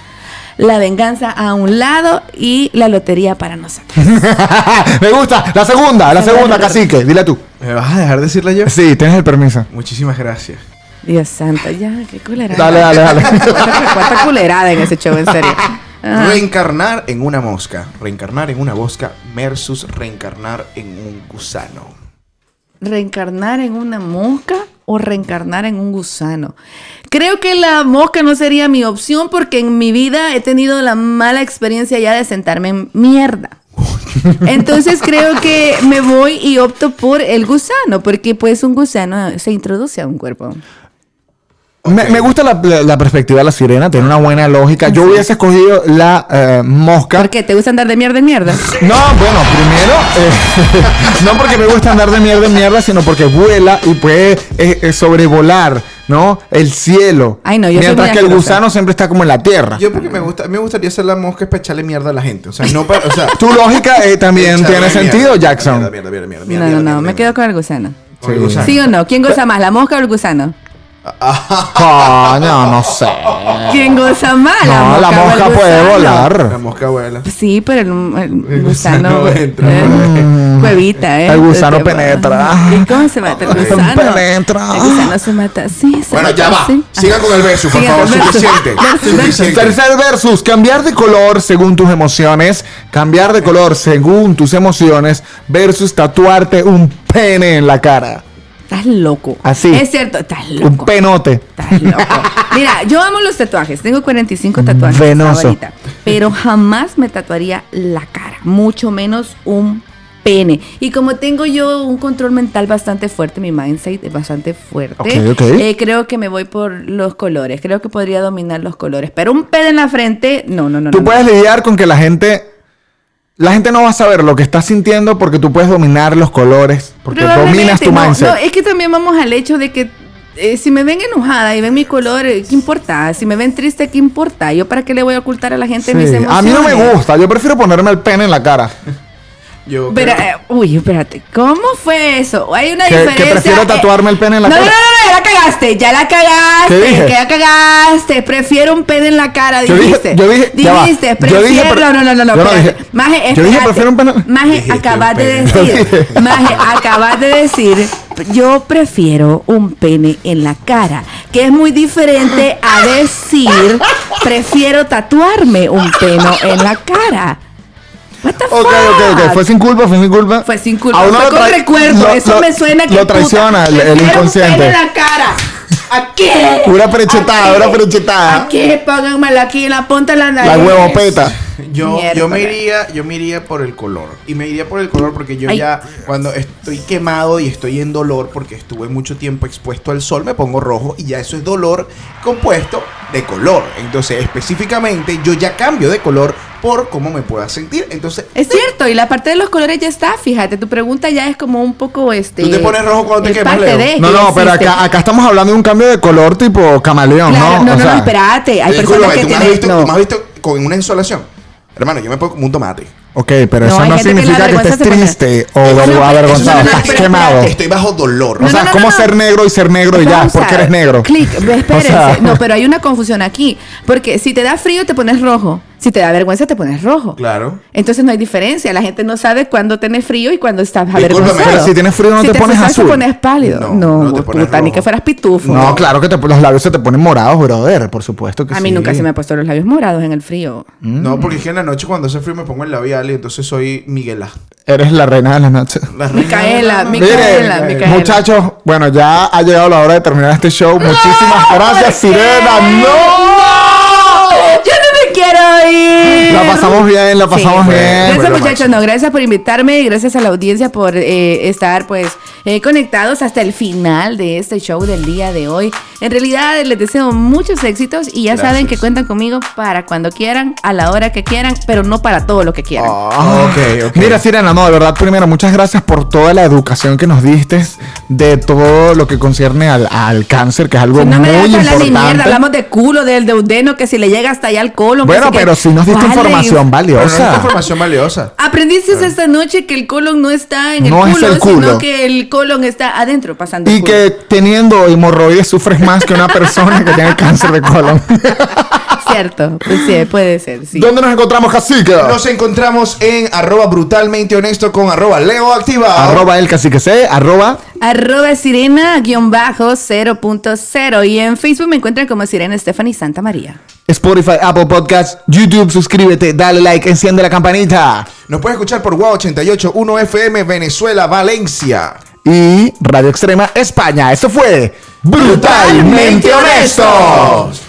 Speaker 2: la venganza a un lado y la lotería para nosotros.
Speaker 5: me gusta. La segunda, la segunda, cacique. Dile tú.
Speaker 3: ¿Me vas a dejar decirla yo?
Speaker 5: Sí, tienes el permiso.
Speaker 3: Muchísimas gracias.
Speaker 2: Dios santo, ya, qué culerada.
Speaker 5: Dale, dale, dale.
Speaker 2: Cuánta- Cuánta culerada en ese show, en serio. Ah, Ajá.
Speaker 3: Reencarnar en una mosca. Reencarnar en una mosca versus reencarnar en un gusano.
Speaker 2: ¿Reencarnar en una mosca o reencarnar en un gusano? Creo que la mosca no sería mi opción porque en mi vida he tenido la mala experiencia ya de sentarme en mierda. Entonces creo que me voy y opto por el gusano, porque pues un gusano se introduce a un cuerpo.
Speaker 5: Me, me gusta la, la- la perspectiva de la sirena, tiene una buena lógica. Yo hubiese escogido la eh, mosca.
Speaker 2: ¿Por qué? ¿Te gusta andar de mierda en mierda?
Speaker 5: No, bueno, primero, eh, no porque me gusta andar de mierda en mierda, sino porque vuela y puede eh, eh, sobrevolar, ¿no? El cielo.
Speaker 2: Ay, no, yo soy
Speaker 5: Mientras
Speaker 2: muy
Speaker 5: que el
Speaker 2: asquerosa.
Speaker 5: gusano siempre está como en la tierra.
Speaker 3: Yo porque me gusta, me gustaría ser la mosca es para echarle mierda a la gente. O sea, no para, o sea,
Speaker 5: Tu lógica eh, también
Speaker 3: echarle
Speaker 5: tiene
Speaker 3: mierda,
Speaker 5: sentido,
Speaker 3: mierda,
Speaker 5: Jackson.
Speaker 3: Mierda, mierda, mierda, mierda,
Speaker 2: No,
Speaker 3: mierda,
Speaker 2: no, no,
Speaker 3: mierda,
Speaker 2: me quedo con el gusano.
Speaker 3: con el gusano.
Speaker 2: ¿Sí o no? ¿Quién goza más, la mosca o el gusano?
Speaker 5: Coño, no sé.
Speaker 2: Ah. ¿Quién goza más?
Speaker 5: No, la
Speaker 2: o el
Speaker 5: mosca puede
Speaker 2: gusano?
Speaker 3: La
Speaker 5: volar.
Speaker 3: mosca abuela.
Speaker 2: Sí, pero el, el
Speaker 3: gusano
Speaker 2: gusano
Speaker 3: entra,
Speaker 2: eh,
Speaker 5: ¿no?
Speaker 2: cuevita, ¿eh?
Speaker 5: El gusano
Speaker 2: Te-
Speaker 5: penetra.
Speaker 2: ¿Y cómo se mata el gusano?
Speaker 5: Penetra.
Speaker 2: El gusano se mata. Sí, se
Speaker 3: Bueno,
Speaker 2: mata,
Speaker 3: ya va.
Speaker 2: sí.
Speaker 3: Sigan con el verso, por
Speaker 2: Sigan
Speaker 3: favor,
Speaker 2: con el verso.
Speaker 3: suficiente.
Speaker 2: Verso, verso.
Speaker 3: Suficiente.
Speaker 5: Tercer versus, cambiar de color según tus emociones, cambiar de color según tus emociones versus tatuarte un pene en la cara,
Speaker 2: Estás loco.
Speaker 5: Así.
Speaker 2: Es cierto, estás loco.
Speaker 5: un penote.
Speaker 2: Estás loco. Mira, yo amo los tatuajes. Tengo 45 tatuajes
Speaker 5: Venoso.
Speaker 2: ahorita. Pero jamás me tatuaría la cara, mucho menos un pene. Y como tengo yo un control mental bastante fuerte, mi mindset es bastante fuerte,
Speaker 5: Ok, ok.
Speaker 2: eh, creo que me voy por los colores. Creo que podría dominar los colores. Pero un pene en la frente, no, no, no.
Speaker 5: Tú
Speaker 2: no,
Speaker 5: puedes lidiar con que la gente, la gente no va a saber lo que estás sintiendo porque tú puedes dominar los colores, porque
Speaker 2: Probablemente,
Speaker 5: dominas tu
Speaker 2: no,
Speaker 5: mindset.
Speaker 2: No, es que también vamos al hecho de que eh, si me ven enojada y ven mi color, eh, ¿qué importa? Si me ven triste, ¿qué importa? ¿Yo para qué le voy a ocultar a la gente
Speaker 5: Sí,
Speaker 2: mis emociones?
Speaker 5: A mí no me gusta, yo prefiero ponerme el pene en la cara.
Speaker 3: Yo
Speaker 2: Pero,
Speaker 3: creo-
Speaker 2: eh, uy, espérate, ¿cómo fue eso? Hay una
Speaker 5: Que- que
Speaker 2: diferencia.
Speaker 5: prefiero
Speaker 2: eh,
Speaker 5: tatuarme el pene en la
Speaker 2: no,
Speaker 5: cara.
Speaker 2: No, no, no, ya la cagaste, ya la
Speaker 5: ¿Qué
Speaker 2: cagaste,
Speaker 5: dije?
Speaker 2: que ya cagaste. Prefiero un pene en la cara,
Speaker 5: Yo
Speaker 2: dijiste.
Speaker 5: dije- yo dije- ya va.
Speaker 2: dijiste,
Speaker 5: Yo dije,
Speaker 2: prefiero. no,
Speaker 5: pero-
Speaker 2: no, no, no, no,
Speaker 5: yo no
Speaker 2: espérate.
Speaker 5: dije-
Speaker 2: Maje,
Speaker 5: yo dije,
Speaker 2: espérate.
Speaker 5: prefiero un pene-
Speaker 2: Maje,
Speaker 3: Dijiste un
Speaker 2: acabas de
Speaker 3: pene.
Speaker 2: decir. Maje, acabas de decir, yo prefiero un pene en la cara, que es muy diferente a decir, prefiero tatuarme un pene en la cara. What the
Speaker 5: Ok, ok, ok.
Speaker 2: fuck?
Speaker 5: Fue sin culpa, fue sin culpa.
Speaker 2: Fue sin culpa,
Speaker 5: A uno
Speaker 2: fue
Speaker 5: lo
Speaker 2: con
Speaker 5: tra-
Speaker 2: recuerdo.
Speaker 5: lo-
Speaker 2: Eso
Speaker 5: lo-
Speaker 2: me suena que
Speaker 5: Lo
Speaker 2: puta,
Speaker 5: traiciona el,
Speaker 2: le
Speaker 5: el
Speaker 2: dieron pene
Speaker 5: inconsciente.
Speaker 2: en la cara. ¿A qué?
Speaker 5: Una prechetada,
Speaker 2: ¿A qué?
Speaker 5: una prechetada.
Speaker 2: ¿A qué? Pónganmela aquí en la punta de la nariz.
Speaker 5: La huevopeta.
Speaker 3: Yo,
Speaker 2: Mierda.
Speaker 3: yo me iría, yo me iría por el color. Y me iría por el color porque yo
Speaker 2: Ay.
Speaker 3: ya cuando estoy quemado y estoy en dolor porque estuve mucho tiempo expuesto al sol, me pongo rojo y ya eso es dolor compuesto de color. Entonces, específicamente, yo ya cambio de color por cómo me pueda sentir. Entonces,
Speaker 2: Es cierto, y la parte de los colores ya está, fíjate, tu pregunta ya es como un poco este.
Speaker 3: Tú te pones rojo cuando te
Speaker 2: es
Speaker 3: quemas,
Speaker 2: parte
Speaker 3: Leo.
Speaker 2: de,
Speaker 5: No,
Speaker 2: que
Speaker 5: no, pero
Speaker 2: existe.
Speaker 5: acá, acá estamos hablando de un cambio de color tipo camaleón,
Speaker 2: Claro, no,
Speaker 5: ¿no?
Speaker 2: no,
Speaker 5: O
Speaker 2: no,
Speaker 5: sea,
Speaker 2: espérate, hay personas
Speaker 3: discúlpame,
Speaker 2: que
Speaker 3: ¿tú, me has
Speaker 2: tienen-
Speaker 3: visto,
Speaker 2: no.
Speaker 3: tú me has visto con una insolación. Hermano, yo me pongo como un tomate.
Speaker 5: Ok, pero
Speaker 2: No,
Speaker 5: eso
Speaker 2: hay
Speaker 5: no
Speaker 2: gente que la
Speaker 5: significa que, estés
Speaker 2: vergüenza se
Speaker 5: triste o
Speaker 2: pone-
Speaker 5: vergo-
Speaker 2: No, no, pero-
Speaker 5: avergonzado.
Speaker 2: no, no, no,
Speaker 5: Estás
Speaker 2: pero-
Speaker 5: quemado.
Speaker 2: espérate.
Speaker 3: Estoy bajo dolor.
Speaker 5: O sea,
Speaker 2: No, no, no,
Speaker 5: ¿cómo
Speaker 2: no.
Speaker 5: ser negro y ser negro y ya?
Speaker 2: Vamos a
Speaker 5: Porque
Speaker 2: ver,
Speaker 5: eres negro.
Speaker 2: Clic, espérense.
Speaker 5: O sea-
Speaker 2: no, pues, pero hay una confusión aquí. Porque si te da frío, te pones rojo. Si te da vergüenza, te pones rojo.
Speaker 3: Claro.
Speaker 2: Entonces no hay diferencia. La gente no sabe cuándo tenés frío y cuándo estás
Speaker 3: Discúlpame,
Speaker 2: avergonzado.
Speaker 3: pero
Speaker 5: si tienes frío, no te pones
Speaker 2: asustas,
Speaker 5: azul.
Speaker 2: te pones pálido.
Speaker 3: No,
Speaker 2: No,
Speaker 3: no te pones
Speaker 2: puta, ni
Speaker 3: rojo.
Speaker 2: que fueras pitufo.
Speaker 5: No, claro que te- los labios se te ponen morados, brother, por supuesto que
Speaker 2: A
Speaker 5: sí.
Speaker 2: mí nunca se me han puesto los labios morados en el frío.
Speaker 3: No, porque es que en la noche cuando hace frío me pongo el labial y entonces soy Miguelá.
Speaker 5: Eres la reina de la noche.
Speaker 2: Micaela, Micaela,
Speaker 5: Miren,
Speaker 2: Micaela.
Speaker 5: muchachos, bueno, ya ha llegado la hora de terminar este show. Muchísimas gracias,
Speaker 2: ¿por qué?
Speaker 5: Sirena. ¡No!
Speaker 2: ¡Oh, Yo no me quiero ir.
Speaker 5: La pasamos bien, la
Speaker 2: Sí.
Speaker 5: pasamos bien.
Speaker 2: Gracias
Speaker 5: Bueno,
Speaker 2: muchachos, no, gracias por invitarme y gracias a la audiencia por eh, estar pues eh, conectados hasta el final de este show del día de hoy. En realidad les deseo muchos éxitos y ya saben que cuentan conmigo para cuando quieran, a la hora que quieran, pero no para todo lo que quieran.
Speaker 5: Ah,
Speaker 3: Ok, ok.
Speaker 5: Mira, Sirena, no, de verdad, primero, muchas gracias por toda la educación que nos diste de todo lo que concierne al, al cáncer, que es algo
Speaker 2: Si no me
Speaker 5: muy
Speaker 2: dejas hablar ni mierda,
Speaker 5: importante.
Speaker 2: hablamos de culo, del deudeno, que si le llega hasta allá al colon. que
Speaker 5: Bueno,
Speaker 2: si que-
Speaker 5: pero si nos diste
Speaker 2: ¿Cuál de-
Speaker 5: información
Speaker 3: Pero no es
Speaker 5: valiosa.
Speaker 3: información valiosa.
Speaker 2: Aprendiste esta noche que el colon no está en el,
Speaker 5: No es
Speaker 2: culo,
Speaker 5: el culo.
Speaker 2: sino que el colon está adentro pasando.
Speaker 5: Y
Speaker 2: el culo.
Speaker 5: que teniendo hemorroides sufres más que una persona que tiene cáncer de colon.
Speaker 2: Cierto, pues sí, puede ser, sí.
Speaker 5: ¿Dónde nos encontramos, cacique?
Speaker 3: Nos encontramos en arroba brutalmente honesto con arroba Leo Activado.
Speaker 5: Arroba el cacique C, arroba
Speaker 2: Arroba sirena guión bajo 0.0 y en Facebook me encuentran como Sirena Stephanie Santa María.
Speaker 5: Spotify, Apple Podcasts, YouTube, suscríbete, dale like, enciende la campanita.
Speaker 3: Nos puedes escuchar por WA 88 1 FM Venezuela, Valencia.
Speaker 5: Y Radio Extrema España. Esto fue Brutalmente Honestos.